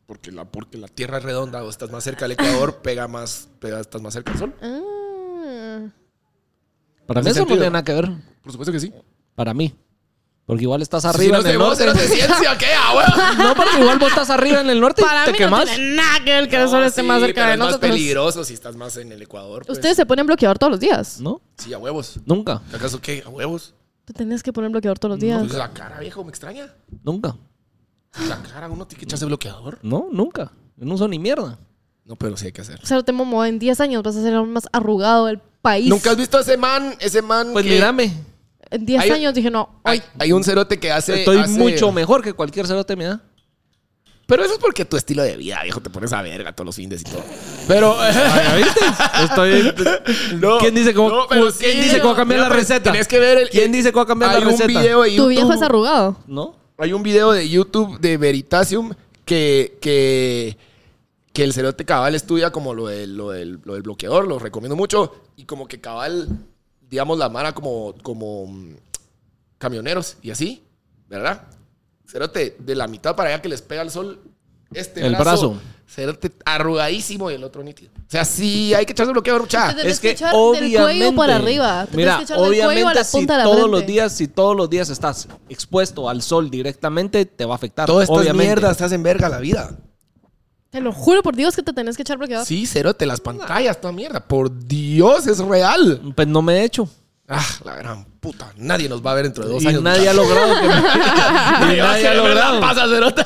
Speaker 1: Porque la, porque la tierra es redonda o estás más cerca del ecuador, pega más, pega- estás más cerca del sol.
Speaker 3: Ah.
Speaker 2: Para mí
Speaker 1: Hace
Speaker 2: eso no
Speaker 1: sentido.
Speaker 2: tiene nada que ver.
Speaker 1: Por supuesto que sí.
Speaker 2: Para mí. Porque igual estás
Speaker 1: Si
Speaker 2: arriba
Speaker 1: no
Speaker 2: en
Speaker 1: sé
Speaker 2: el
Speaker 1: vos,
Speaker 2: norte.
Speaker 1: eres de ciencia, ¿qué? Ah, huevo.
Speaker 2: No, porque igual vos estás arriba en el norte
Speaker 3: Para
Speaker 2: y te
Speaker 3: mí
Speaker 2: quemas.
Speaker 3: no tiene nada que ver que el sol esté
Speaker 1: Sí,
Speaker 3: más cerca
Speaker 1: pero
Speaker 3: de
Speaker 1: es más
Speaker 3: nosotros.
Speaker 1: peligroso si estás más en el ecuador. pues.
Speaker 3: Ustedes se ponen bloqueador todos los días.
Speaker 2: No,
Speaker 1: Sí, a huevos.
Speaker 2: nunca,
Speaker 1: ¿Acaso qué? ¿A huevos?
Speaker 3: Te tenés que poner bloqueador todos los días.
Speaker 1: Pues la cara, viejo, me extraña.
Speaker 2: nunca.
Speaker 1: La cara, uno tiene que echarse bloqueador.
Speaker 2: No, nunca. Yo No uso ni mierda.
Speaker 1: No, pero sí hay que hacer.
Speaker 3: O sea, te momo, en 10 años vas a ser el hombre más arrugado del país.
Speaker 1: ¿Nunca has visto a ese man? Ese man.
Speaker 2: Pues
Speaker 1: que-
Speaker 2: mírame.
Speaker 3: En 10
Speaker 1: Hay-
Speaker 3: años dije, no,
Speaker 1: Hay, hay un cerote que hace.
Speaker 2: Estoy
Speaker 1: hace-
Speaker 2: mucho mejor que cualquier cerote, mira.
Speaker 1: Pero eso es porque tu estilo de vida, viejo, te pones a verga todos los fines y todo. Pero.
Speaker 2: ¿Viste? Estoy...
Speaker 1: No,
Speaker 2: ¿Quién dice cómo-
Speaker 1: Ah, no, pero
Speaker 2: ¿quién
Speaker 1: sí,
Speaker 2: dice cómo cambiar
Speaker 1: mira,
Speaker 2: la
Speaker 1: pero
Speaker 2: receta?
Speaker 1: Tenés que ver el-
Speaker 2: ¿Quién
Speaker 1: el-
Speaker 2: dice cómo cambiar la
Speaker 1: hay un
Speaker 2: receta?
Speaker 1: video de
Speaker 3: tu viejo
Speaker 1: YouTube-
Speaker 3: es arrugado.
Speaker 2: ¿No?
Speaker 1: Hay un video de YouTube de Veritasium que, que, que el cerote cabal estudia como lo, del- lo del, lo del bloqueador, lo recomiendo mucho. Y como que cabal, digamos, la mara como, como mm, camioneros y así, ¿verdad? Cerote, de la mitad para allá que les pega el sol, este
Speaker 2: El
Speaker 1: brazo.
Speaker 2: brazo.
Speaker 1: Cerote arrugadísimo y el otro nítido. O sea, sí, hay que echarse bloqueador, mucha.
Speaker 3: Te tenés
Speaker 2: Es que,
Speaker 3: echar del
Speaker 2: obviamente.
Speaker 3: cuello para arriba. Te
Speaker 2: Mira,
Speaker 3: tenés que echar del
Speaker 2: obviamente,
Speaker 3: cuello a la
Speaker 2: si
Speaker 3: punta de la
Speaker 2: todos
Speaker 3: frente.
Speaker 2: los días, si todos los días estás expuesto al sol directamente, te va a afectar.
Speaker 1: Todas estas
Speaker 2: obviamente.
Speaker 1: mierdas te hacen verga la vida.
Speaker 3: Te lo juro por Dios que te tenés que echar bloqueador.
Speaker 1: Sí, cerote, las pantallas, toda mierda. Por Dios, es real.
Speaker 2: Pues no me he hecho.
Speaker 1: Ah, la gran puta. Nadie nos va a ver dentro de dos
Speaker 2: Y
Speaker 1: años.
Speaker 2: nadie ha logrado que me... y nadie ha logrado.
Speaker 1: Pasa, cerota.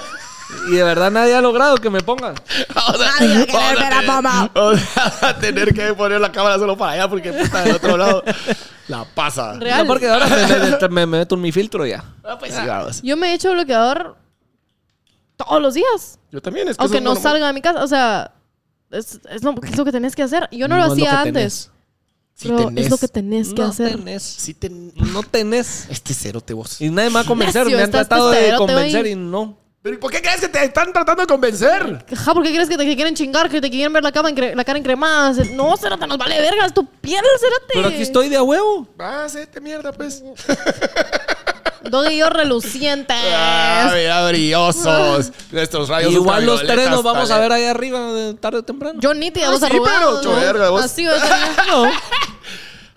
Speaker 2: Y de verdad nadie ha logrado que me pongan.
Speaker 1: Vamos a,
Speaker 3: Nadie va a querer
Speaker 1: vamos
Speaker 3: ver a
Speaker 1: tener-
Speaker 3: mamá.
Speaker 1: vamos a tener que poner la cámara solo para allá porque puta del otro lado. La pasa.
Speaker 3: Real.
Speaker 2: No, porque ahora me, me- me meto en mi filtro ya.
Speaker 1: Ah, pues sí, vamos.
Speaker 3: Yo me he hecho bloqueador todos los días.
Speaker 1: Yo también. Es que
Speaker 3: Aunque
Speaker 1: eso
Speaker 3: no
Speaker 1: es normal.
Speaker 3: salga de mi casa. O sea, es, es lo, es lo que tenés que hacer. Yo no, lo
Speaker 2: es
Speaker 3: hacía
Speaker 2: que
Speaker 3: antes.
Speaker 1: Sí
Speaker 3: pero
Speaker 1: tenés.
Speaker 3: es lo que tenés que
Speaker 2: no
Speaker 3: hacer.
Speaker 2: tenés.
Speaker 1: Sí ten-
Speaker 2: No tenés.
Speaker 1: Este cerote vos.
Speaker 2: Y nadie me va a convencer.
Speaker 3: Ignacio,
Speaker 2: me han
Speaker 3: estás
Speaker 2: tratado de
Speaker 3: testerote hoy.
Speaker 2: convencer y no.
Speaker 1: ¿Pero ¿y por qué crees que te están tratando de convencer?
Speaker 3: Ajá, ¿por qué crees que te que quieren chingar? Que te quieren ver la, cama encre- la cara encremada. Ce- No, Cerate, nos vale verga. Es tu piel, Cerate.
Speaker 2: Pero aquí estoy de a huevo.
Speaker 1: Ah, hacete mierda, pues.
Speaker 3: Donde yo reluciente.
Speaker 1: Ah, mira, brillosos. Nuestros rayos
Speaker 2: Igual los tres
Speaker 1: ultravioletas,
Speaker 2: nos vamos a
Speaker 1: tal-
Speaker 2: ver ahí arriba de tarde o temprano.
Speaker 3: Yo ni te vamos
Speaker 1: sí,
Speaker 3: a robar.
Speaker 1: pero, cho verga, vos.
Speaker 3: Así voy a tener-
Speaker 2: no.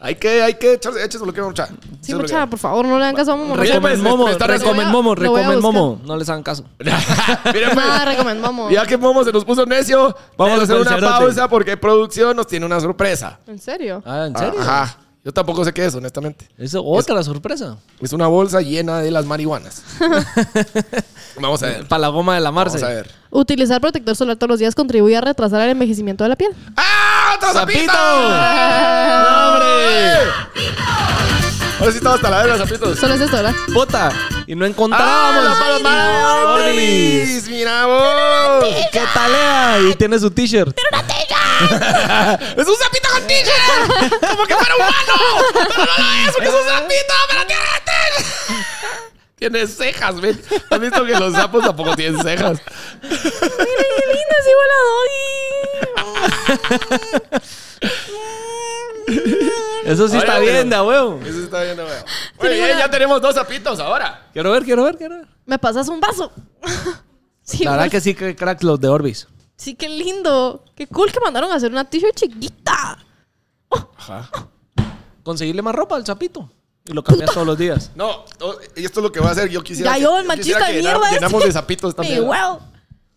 Speaker 1: Hay que, hay que echarse, échese bloqueo, mucha.
Speaker 3: Sí, mucha, por favor, no le hagan caso a Momo.
Speaker 1: Recomen-
Speaker 2: Recomen
Speaker 1: pues,
Speaker 2: momo,
Speaker 1: me está
Speaker 2: recomen
Speaker 3: recomendando.
Speaker 2: momo,
Speaker 3: Lo voy a
Speaker 2: recomen
Speaker 3: buscar.
Speaker 2: momo. No les hagan caso.
Speaker 1: Mira, pues.
Speaker 3: Nada, recomendamos.
Speaker 1: Ya que Momo se nos puso necio, vamos a hacer
Speaker 2: con
Speaker 1: una
Speaker 2: Cerote.
Speaker 1: pausa porque producción nos tiene una sorpresa.
Speaker 3: ¿En serio?
Speaker 2: Ah, ¿en serio?
Speaker 1: Ajá. Yo tampoco sé qué es, honestamente.
Speaker 2: Eso, otra sorpresa.
Speaker 1: Es una bolsa llena de las marihuanas. vamos a ver.
Speaker 2: Para la goma de la Marce.
Speaker 1: Vamos a ver.
Speaker 3: Utilizar protector solar todos los días contribuye a retrasar el envejecimiento de la piel.
Speaker 1: ¡Ah! ¡Otro sapito!
Speaker 2: ¡Sapito!
Speaker 1: ¡No, hombre! Ahora sí estaba hasta la verga, sapitos.
Speaker 3: Solo es esto, ¿verdad?
Speaker 2: Puta. Y no
Speaker 1: ¡Ah!
Speaker 2: encontramos.
Speaker 1: ¡Los palos
Speaker 2: Orbis.
Speaker 1: marihuanas! ¡Mira vos!
Speaker 2: ¿Qué talea? Y tiene su t-shirt.
Speaker 1: ¡Es un sapito con t-shirt! ¡Como que fuera humano! ¡Pero no lo es! ¡Porque es un sapito! ¡Pero tiene t- Tiene cejas, ven. ¿Has visto que los sapos tampoco tienen cejas?
Speaker 3: ¡Mira qué linda! ¡Sí, volador!
Speaker 2: Eso sí
Speaker 1: Ahora,
Speaker 2: está
Speaker 1: bueno.
Speaker 2: bien, da huevo.
Speaker 1: Eso está bien, no veo. Muy bien, ya tenemos dos sapitos ahora.
Speaker 2: Quiero ver, quiero ver, quiero ver.
Speaker 3: ¿Me pasas un vaso? sí,
Speaker 2: La verdad
Speaker 3: vos-
Speaker 2: que sí que cracks los de Orbis.
Speaker 3: sí, qué lindo. Qué cool que mandaron a hacer una t-shirt chiquita.
Speaker 1: Ajá.
Speaker 2: Conseguirle más ropa al sapito. Y lo cambias todos los días.
Speaker 1: No, o- y esto es lo que voy a hacer. Yo quisiera.
Speaker 3: Ya
Speaker 1: que-
Speaker 3: yo, el
Speaker 1: quisiera
Speaker 3: machista de
Speaker 1: que llena-
Speaker 3: mierda.
Speaker 1: Llenamos de sapitos
Speaker 3: Mi
Speaker 1: también.
Speaker 3: huevo.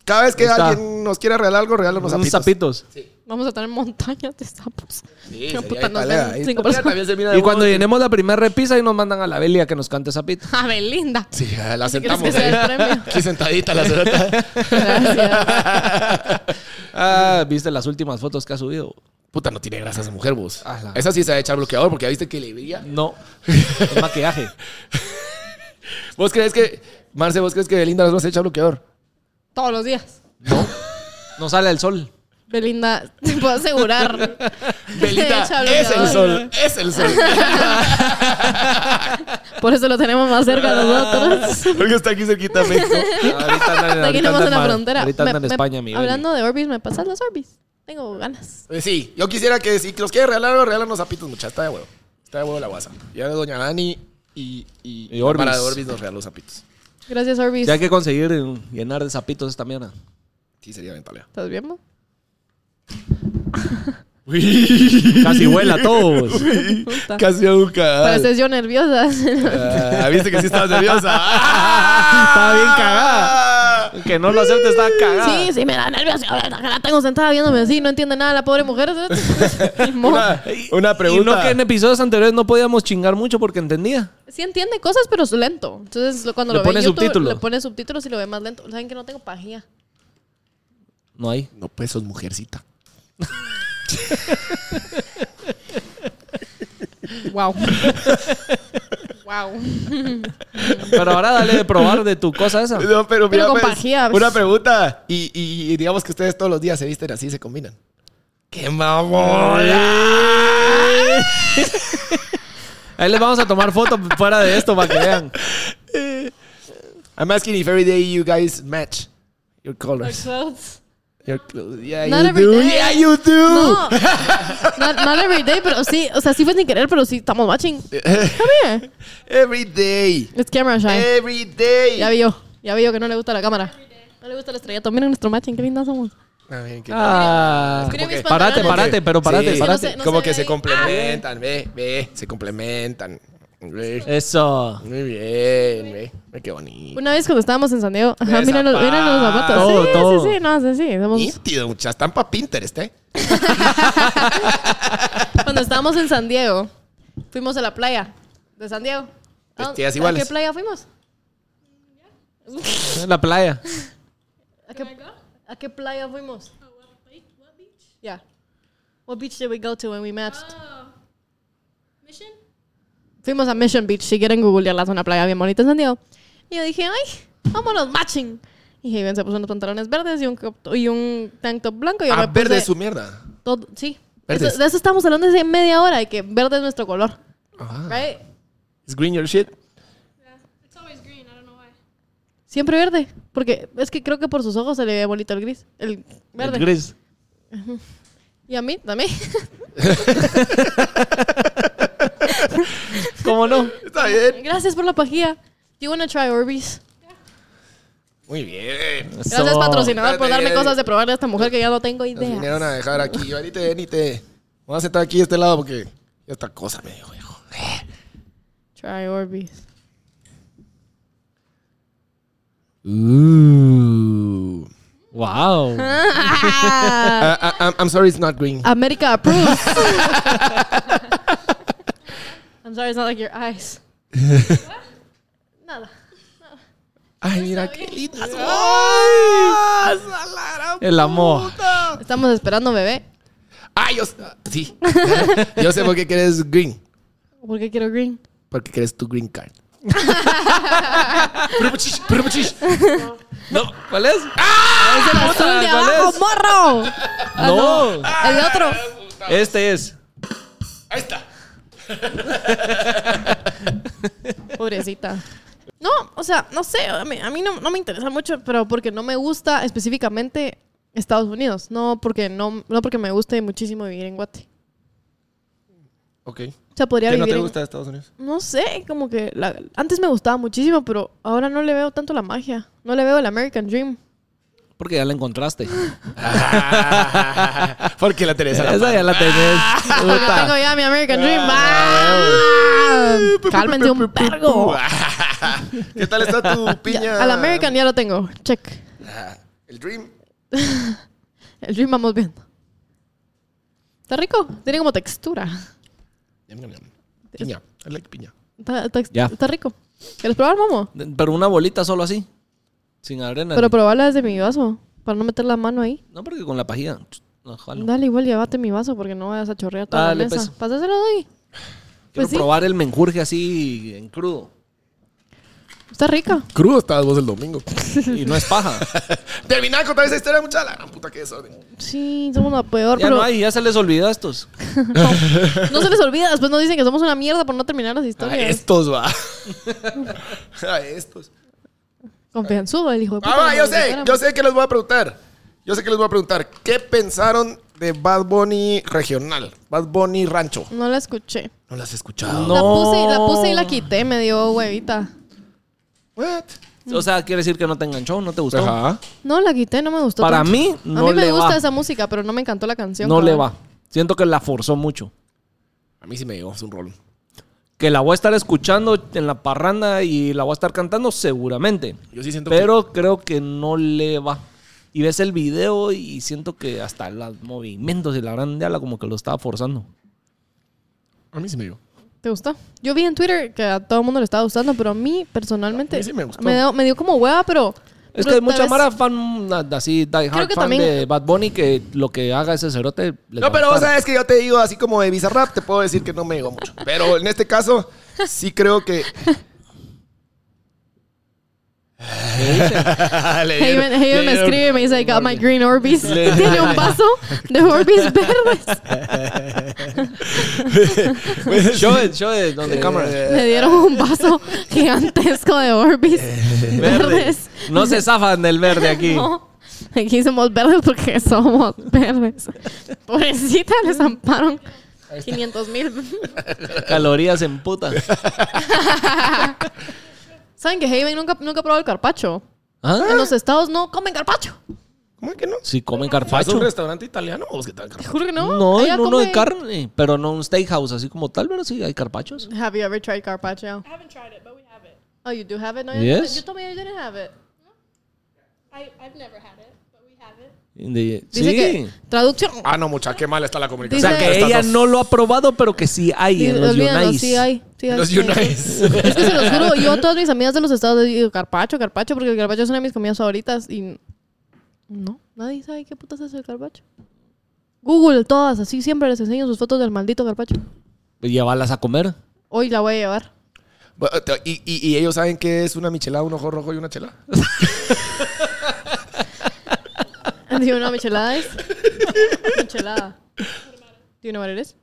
Speaker 1: Cada vez que
Speaker 2: Ahí está.
Speaker 1: alguien nos quiera regalar algo, regalamos
Speaker 2: Son
Speaker 1: sapitos.
Speaker 2: sapitos.
Speaker 3: Vamos a tener montañas de sapos.
Speaker 1: Sí,
Speaker 3: Qué
Speaker 1: sería
Speaker 3: puta, nos
Speaker 1: Italia.
Speaker 3: ven
Speaker 1: Ahí
Speaker 3: cinco
Speaker 1: Italia
Speaker 3: personas.
Speaker 1: también se mira de
Speaker 2: Y cuando
Speaker 1: huevos.
Speaker 2: llenemos la primera repisa y nos mandan a la Belia que nos cante sapito.
Speaker 3: A Ah, Belinda.
Speaker 1: Sí, la
Speaker 3: ¿Quieres
Speaker 1: sentamos. ¿eh?
Speaker 3: que sea el premio?
Speaker 1: Aquí sentadita la cerota.
Speaker 3: Gracias.
Speaker 2: Ah, viste las últimas fotos que ha subido.
Speaker 1: Puta, no tiene grasa esa mujer, vos.
Speaker 2: Ah, la-
Speaker 1: Esa sí se va a echar bloqueador porque ya viste que le brilla.
Speaker 2: No. El maquillaje.
Speaker 1: ¿Vos crees que, Marce, vos crees que Belinda nos va a echar bloqueador?
Speaker 3: Todos los días.
Speaker 2: No sale el sol.
Speaker 3: Belinda, te puedo asegurar.
Speaker 1: Belinda,
Speaker 3: Echa
Speaker 1: es el
Speaker 3: bloqueador.
Speaker 1: sol, es el sol.
Speaker 3: Por eso lo tenemos más cerca de nosotros.
Speaker 1: Porque está aquí cerquita México. Ah,
Speaker 2: Ahorita andan,
Speaker 3: Aquí
Speaker 2: ahorita
Speaker 3: tenemos en
Speaker 2: andan
Speaker 3: la
Speaker 2: mal.
Speaker 3: frontera.
Speaker 2: Ahorita
Speaker 3: Me-
Speaker 2: andan en
Speaker 3: me-
Speaker 2: España, mi Beli.
Speaker 3: Hablando de Orbis, me pasas los Orbis. Tengo ganas.
Speaker 1: Eh, Sí, yo quisiera que si los quiere regalar, regalan los zapitos, muchachos. Está de huevo. Está de huevo la guasa. Ya Doña Dani y, y,
Speaker 2: Y Orbis.
Speaker 1: Para de Orbis nos regaló los zapitos.
Speaker 3: Gracias, Orbis.
Speaker 2: Ya hay que conseguir eh, llenar de sapitos esta mierda.
Speaker 1: Sí, sería ventalia.
Speaker 3: ¿Estás viendo?
Speaker 2: Casi vuela todos.
Speaker 3: Puta.
Speaker 1: Casi nunca.
Speaker 3: Pareces yo nerviosa.
Speaker 1: Ah, Viste que sí estabas nerviosa.
Speaker 2: Estaba bien cagada. que no lo acepte está cagada.
Speaker 3: Sí, sí, me da nervios. Ahora La tengo sentada viéndome así, no entiende nada la pobre mujer. Ni modo.
Speaker 1: Una, una
Speaker 2: Y no
Speaker 1: pregunta.
Speaker 2: que en episodios anteriores no podíamos chingar mucho porque entendía.
Speaker 3: Sí entiende cosas, pero es lento. Entonces, lo- cuando
Speaker 2: Le
Speaker 3: lo ve en
Speaker 2: pone
Speaker 3: YouTube,
Speaker 2: subtítulo.
Speaker 3: le pone subtítulos y lo ve más lento. ¿Saben que no tengo pajía?
Speaker 2: No hay.
Speaker 1: No, pues sos mujercita.
Speaker 3: Wow. wow.
Speaker 2: Pero ahora dale de probar de tu cosa esa.
Speaker 1: No, pero, mira,
Speaker 3: Pero con
Speaker 1: pues,
Speaker 3: pajía, pues.
Speaker 1: una pregunta. Y, y- y digamos que ustedes todos los días se visten así y se combinan. ¡Qué mamona!
Speaker 2: Ahí les vamos a tomar foto fuera de esto para que vean.
Speaker 1: I'm asking if every day you guys match your colors.
Speaker 4: clothes.
Speaker 1: Your clothes. Yeah,
Speaker 3: Not
Speaker 1: you
Speaker 3: every
Speaker 1: do.
Speaker 3: day.
Speaker 1: Yeah, you do.
Speaker 3: No. Not, not every day, pero sí. O sea, sí fue sin querer, pero sí estamos matching. Come here.
Speaker 1: Every day.
Speaker 3: It's camera shy.
Speaker 2: Eh.
Speaker 1: Every day.
Speaker 3: Ya vio, ya vio que no le gusta la cámara. No le gusta la estrellato. Miren nuestro matching, qué lindas somos.
Speaker 1: Ah, bien, qué-
Speaker 2: Ah,
Speaker 3: Miren mis
Speaker 1: que-
Speaker 2: parate,
Speaker 3: pantalones.
Speaker 2: parate, pero parate,
Speaker 1: Sí.
Speaker 2: parate.
Speaker 3: No sé, no
Speaker 1: Como
Speaker 3: se
Speaker 1: que
Speaker 3: ve
Speaker 1: se
Speaker 3: ahí.
Speaker 1: complementan, ve, ve, se complementan. Ve.
Speaker 2: Eso.
Speaker 1: Muy bien, ve, ve qué bonito.
Speaker 3: Una vez cuando estábamos en San Diego, ajá,
Speaker 1: De
Speaker 3: miren los, miren los zapatos.
Speaker 2: zapatos.
Speaker 3: sí,
Speaker 2: Todo,
Speaker 3: sí,
Speaker 2: todo.
Speaker 3: sí, no, sí, sí. somos-
Speaker 1: Nítido, muchachos. Están para Pinterest, ¿eh?
Speaker 3: Cuando estábamos en San Diego, fuimos a la playa de San Diego. ¿A dónde-
Speaker 1: Vestidas iguales.
Speaker 3: ¿A qué playa fuimos?
Speaker 2: En la playa.
Speaker 3: ¿A qué, a qué playa fuimos?
Speaker 4: Oh,
Speaker 3: Yeah. What beach did we go to when we matched?
Speaker 4: Oh, Mission?
Speaker 3: Fuimos a Mission Beach. Si quieren googlearla, es una playa bien bonita en San Diego. Y yo dije, ay, vámonos matching. Y Javen se puso unos pantalones verdes y un, crop to- y un tank top blanco. Y yo
Speaker 1: A
Speaker 3: me puse
Speaker 1: Ah, verde su mierda.
Speaker 3: todo- sí.
Speaker 1: Verdes.
Speaker 3: Eso- de eso estamos hablando desde media hora, de que verde es nuestro color.
Speaker 1: Ah.
Speaker 3: Right?
Speaker 1: It's green your shit.
Speaker 4: Yeah. It's always green. I don't know why.
Speaker 3: Siempre verde. Porque es que creo que por sus ojos se le ve bonito el gris. El
Speaker 2: El
Speaker 3: verde.
Speaker 2: Gris.
Speaker 3: Y a mí también.
Speaker 2: ¿Cómo no?
Speaker 1: Está bien.
Speaker 3: Gracias por la pajilla. Do you wanna try Orbeez?
Speaker 1: Muy bien.
Speaker 3: Gracias,
Speaker 2: Eso.
Speaker 3: patrocinador, por
Speaker 1: Espérate,
Speaker 3: darme
Speaker 1: eh,
Speaker 3: cosas de probarle a esta mujer que ya no tengo
Speaker 1: Nos
Speaker 3: idea.
Speaker 1: vinieron a dejar aquí. Venite, venite. Vamos a sentar aquí de este lado porque ya esta cosa me dijo, hijo.
Speaker 3: Try Orbeez.
Speaker 1: Ooh.
Speaker 2: Wow.
Speaker 3: Ah.
Speaker 1: Uh, I- I'm, I'm sorry, it's not green.
Speaker 3: America approves. I'm sorry, it's not like your eyes. Nada.
Speaker 1: Ay, mira qué lindo.
Speaker 2: El amor.
Speaker 3: Estamos esperando, bebé.
Speaker 1: Ay, yo. Sí. Yo sé por qué quieres green.
Speaker 3: ¿Por qué quiero green?
Speaker 1: Porque quieres tu green card.
Speaker 2: No, ¿cuál es?
Speaker 3: Ah, ¡Es el azul de
Speaker 2: ¿cuál
Speaker 3: abajo,
Speaker 2: es?
Speaker 3: morro! Ah,
Speaker 2: No.
Speaker 3: El otro.
Speaker 2: Este es.
Speaker 1: Ahí está.
Speaker 3: Pobrecita. No, o sea, no sé, a mí, a mí no, no me interesa mucho, pero porque no me gusta específicamente Estados Unidos. No porque, no, no porque me guste muchísimo vivir en Guate.
Speaker 1: Ok.
Speaker 3: O sea, podría
Speaker 1: ¿Qué
Speaker 3: vivir
Speaker 1: no te
Speaker 3: en-
Speaker 1: gusta de Estados Unidos?
Speaker 3: No sé, como que la- antes me gustaba muchísimo, pero ahora no le veo tanto la magia. No le veo el American Dream.
Speaker 2: Porque ya la encontraste.
Speaker 1: Ah, Porque la Teresa la
Speaker 2: Esa ya la tenés.
Speaker 3: Porque
Speaker 2: Puta.
Speaker 3: tengo ya mi American Dream. ¡Ah! Cálmense un pergo.
Speaker 1: ¿Qué tal está tu piña?
Speaker 3: Al American pues, ya lo tengo. Check.
Speaker 1: Ah, El Dream.
Speaker 3: El Dream vamos viendo. Está rico. Tiene como textura.
Speaker 1: Yum, yum, yum. Piña. I like piña.
Speaker 3: Está, está-
Speaker 2: Ya.
Speaker 3: está rico. ¿Quieres probar, Momo?
Speaker 2: Pero una bolita solo así. Sin arena.
Speaker 3: Pero probarla desde mi vaso. Para no meter la mano ahí.
Speaker 2: no, porque con la pajilla. No, jalo.
Speaker 3: Dale, igual llévate mi vaso porque no vayas a chorrear toda
Speaker 2: Dale,
Speaker 3: la mesa.
Speaker 2: pues.
Speaker 3: Pásaselo de ahí.
Speaker 2: Quiero
Speaker 3: Pues sí.
Speaker 2: probar el menjurje así en crudo.
Speaker 3: Está rica.
Speaker 1: Crudo estabas vos el domingo.
Speaker 2: Y no es paja.
Speaker 1: Terminá con toda esa historia, muchacha. La gran puta que eso.
Speaker 3: Sí, somos la peor,
Speaker 2: ya
Speaker 3: pero
Speaker 2: no hay, ya se les olvidó a estos.
Speaker 3: no se les olvida. Después nos dicen que somos una mierda por no terminar las
Speaker 1: A
Speaker 3: historias.
Speaker 1: estos, va. A estos.
Speaker 3: Confianzudo el hijo de puta.
Speaker 1: Ah, va,
Speaker 3: no
Speaker 1: yo
Speaker 3: nos
Speaker 1: sé,
Speaker 3: dijéramos.
Speaker 1: yo sé que les voy a preguntar. Yo sé que les voy a preguntar. ¿Qué pensaron de Bad Bunny regional? Bad Bunny rancho.
Speaker 3: No la escuché.
Speaker 1: No las has escuchado.
Speaker 2: No.
Speaker 3: La, puse, la puse y la quité. Me dio huevita.
Speaker 1: What?
Speaker 2: O sea, quiere decir que no te enganchó, no te gustó.
Speaker 1: Ajá.
Speaker 3: No, la quité. No me gustó.
Speaker 2: Para
Speaker 3: tanto.
Speaker 2: mí,
Speaker 3: A
Speaker 2: no
Speaker 3: mí me
Speaker 2: le
Speaker 3: gusta
Speaker 2: va.
Speaker 3: esa música, pero no me encantó la canción.
Speaker 2: No le
Speaker 3: cabrón.
Speaker 2: va. Siento que la forzó mucho.
Speaker 1: A mí sí me llegó, es un rol.
Speaker 2: Que la voy a estar escuchando en la parranda y la voy a estar cantando seguramente.
Speaker 1: Yo sí siento
Speaker 2: Pero creo que no le va. Y ves el video y siento que hasta los movimientos y la grande ala como que lo estaba forzando.
Speaker 1: que... A mí sí me dio.
Speaker 3: ¿Te gustó? Yo vi en Twitter que a todo el mundo le estaba gustando, pero a mí personalmente
Speaker 1: A mí sí me gustó.
Speaker 3: dio, me dio como hueva, pero...
Speaker 2: Es
Speaker 3: pero
Speaker 2: que hay
Speaker 3: tal
Speaker 2: mucha
Speaker 3: vez-
Speaker 2: mara fan na- así, die hard
Speaker 3: que
Speaker 2: fan
Speaker 3: también-
Speaker 2: de Bad Bunny que lo que haga ese cerote. les va a
Speaker 1: No, pero vos
Speaker 2: gustar.
Speaker 1: sabes que yo te digo, así como de Bizarrap, te puedo decir que no me llegó mucho. Pero en este caso, sí creo que. Le dieron-
Speaker 3: Haven, Haven
Speaker 1: le
Speaker 3: me
Speaker 1: dieron-
Speaker 3: escribe y me dice, I got my green Orbeez. Tiene un vaso de Orbeez verdes.
Speaker 2: Show it, show it, on the camera.
Speaker 3: Le dieron un vaso gigantesco de Orbeez verdes.
Speaker 2: No se zafan del verde aquí.
Speaker 3: No, aquí somos verdes porque somos verdes. Pobrecita, les amparon 500 mil.
Speaker 2: Calorías en puta.
Speaker 3: ¿Saben que Haven nunca, nunca probó el carpacho?
Speaker 2: ¿Ah?
Speaker 3: En los estados no comen carpacho.
Speaker 1: ¿Cómo que no?
Speaker 2: Si
Speaker 1: ¿Es
Speaker 2: comen
Speaker 1: un
Speaker 2: carpacho.
Speaker 1: restaurante italiano o vos qué tal,
Speaker 3: Te
Speaker 1: carnal?
Speaker 3: juro que no.
Speaker 2: No,
Speaker 3: Allá
Speaker 2: en uno de
Speaker 3: comen-
Speaker 2: carne, pero no un steakhouse así como tal, pero sí hay carpachos.
Speaker 3: Have you ever tried carpaccio?
Speaker 4: I haven't tried it, but we have it.
Speaker 3: Oh, you do have it? No,
Speaker 2: Yes.
Speaker 3: You told me you didn't have it.
Speaker 4: I, I've never had it, but we have it.
Speaker 2: In the-
Speaker 3: Dice que traducción.
Speaker 1: Ah, no, mucha, qué mal está la
Speaker 2: O
Speaker 1: comunicación.
Speaker 2: sea, que
Speaker 1: entre
Speaker 2: ella
Speaker 1: estas
Speaker 2: no
Speaker 1: dos.
Speaker 2: lo ha probado, pero que sí hay en los
Speaker 3: Olvídalo,
Speaker 2: Unites.
Speaker 3: sí hay, sí hay,
Speaker 1: Los
Speaker 3: sí hay.
Speaker 1: Unites.
Speaker 3: Es que se los juro, yo a todas mis amigas de los estados les digo carpacho, carpacho, porque el carpacho es una de mis comidas favoritas y no, nadie sabe qué putas es el carpacho. Google, todas, así siempre les enseño sus fotos del maldito carpacho.
Speaker 2: Pues Llevarlas a comer.
Speaker 3: Hoy la voy a llevar.
Speaker 1: Bueno, te- Y, y- y ellos saben que es una michelada, un ojo rojo y una chela.
Speaker 3: Digo, no, michelada es. Michelada. Do you know what it is?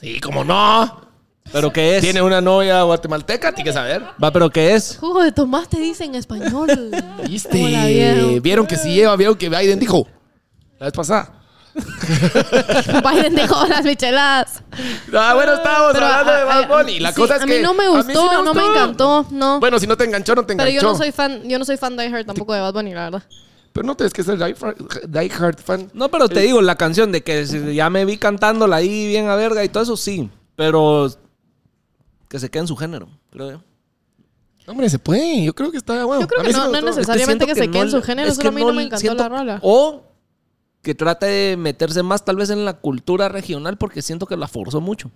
Speaker 1: Sí, como no.
Speaker 2: ¿Pero qué es?
Speaker 1: Tiene una novia guatemalteca, tiene que saber.
Speaker 2: Va, ¿pero qué es?
Speaker 3: Jugo de tomate dice en español. ¿Cómo la
Speaker 1: ¿Viste?
Speaker 3: vieron?
Speaker 1: Vieron que sí lleva, vieron que Biden dijo. La vez pasada.
Speaker 3: Biden dejó las micheladas.
Speaker 1: Ah, bueno, estábamos
Speaker 3: Pero,
Speaker 1: hablando de
Speaker 3: ah,
Speaker 1: Bad
Speaker 3: ah,
Speaker 1: Bunny. La
Speaker 3: sí,
Speaker 1: cosa es
Speaker 3: a
Speaker 1: que.
Speaker 3: mí no me
Speaker 1: a mí
Speaker 3: gustó,
Speaker 1: sí
Speaker 3: no me
Speaker 1: gustó.
Speaker 3: encantó, no.
Speaker 1: Bueno, si no te enganchó, no te
Speaker 3: Pero
Speaker 1: enganchó.
Speaker 3: yo no soy fan, yo no soy fan de Die Hard tampoco de Bad Bunny, la verdad.
Speaker 1: Pero no tienes que ser die far- die hard fan.
Speaker 2: No, pero te digo, la canción de que si ya me vi cantándola ahí bien a verga y todo eso, sí. Pero que se quede en su género, creo yo.
Speaker 1: Hombre, se puede. Yo creo que está bueno.
Speaker 3: Yo creo
Speaker 1: A
Speaker 3: que
Speaker 1: mí sí
Speaker 3: no,
Speaker 1: me
Speaker 3: no es
Speaker 1: gustó.
Speaker 2: Es
Speaker 3: necesariamente que,
Speaker 2: siento
Speaker 3: se quede en
Speaker 2: no-
Speaker 3: su género,
Speaker 2: es
Speaker 3: solo a mí no me
Speaker 2: le-
Speaker 3: encantó
Speaker 2: siento-
Speaker 3: la rola.
Speaker 2: O que trate de meterse más tal vez en la cultura regional porque siento que la forzó mucho.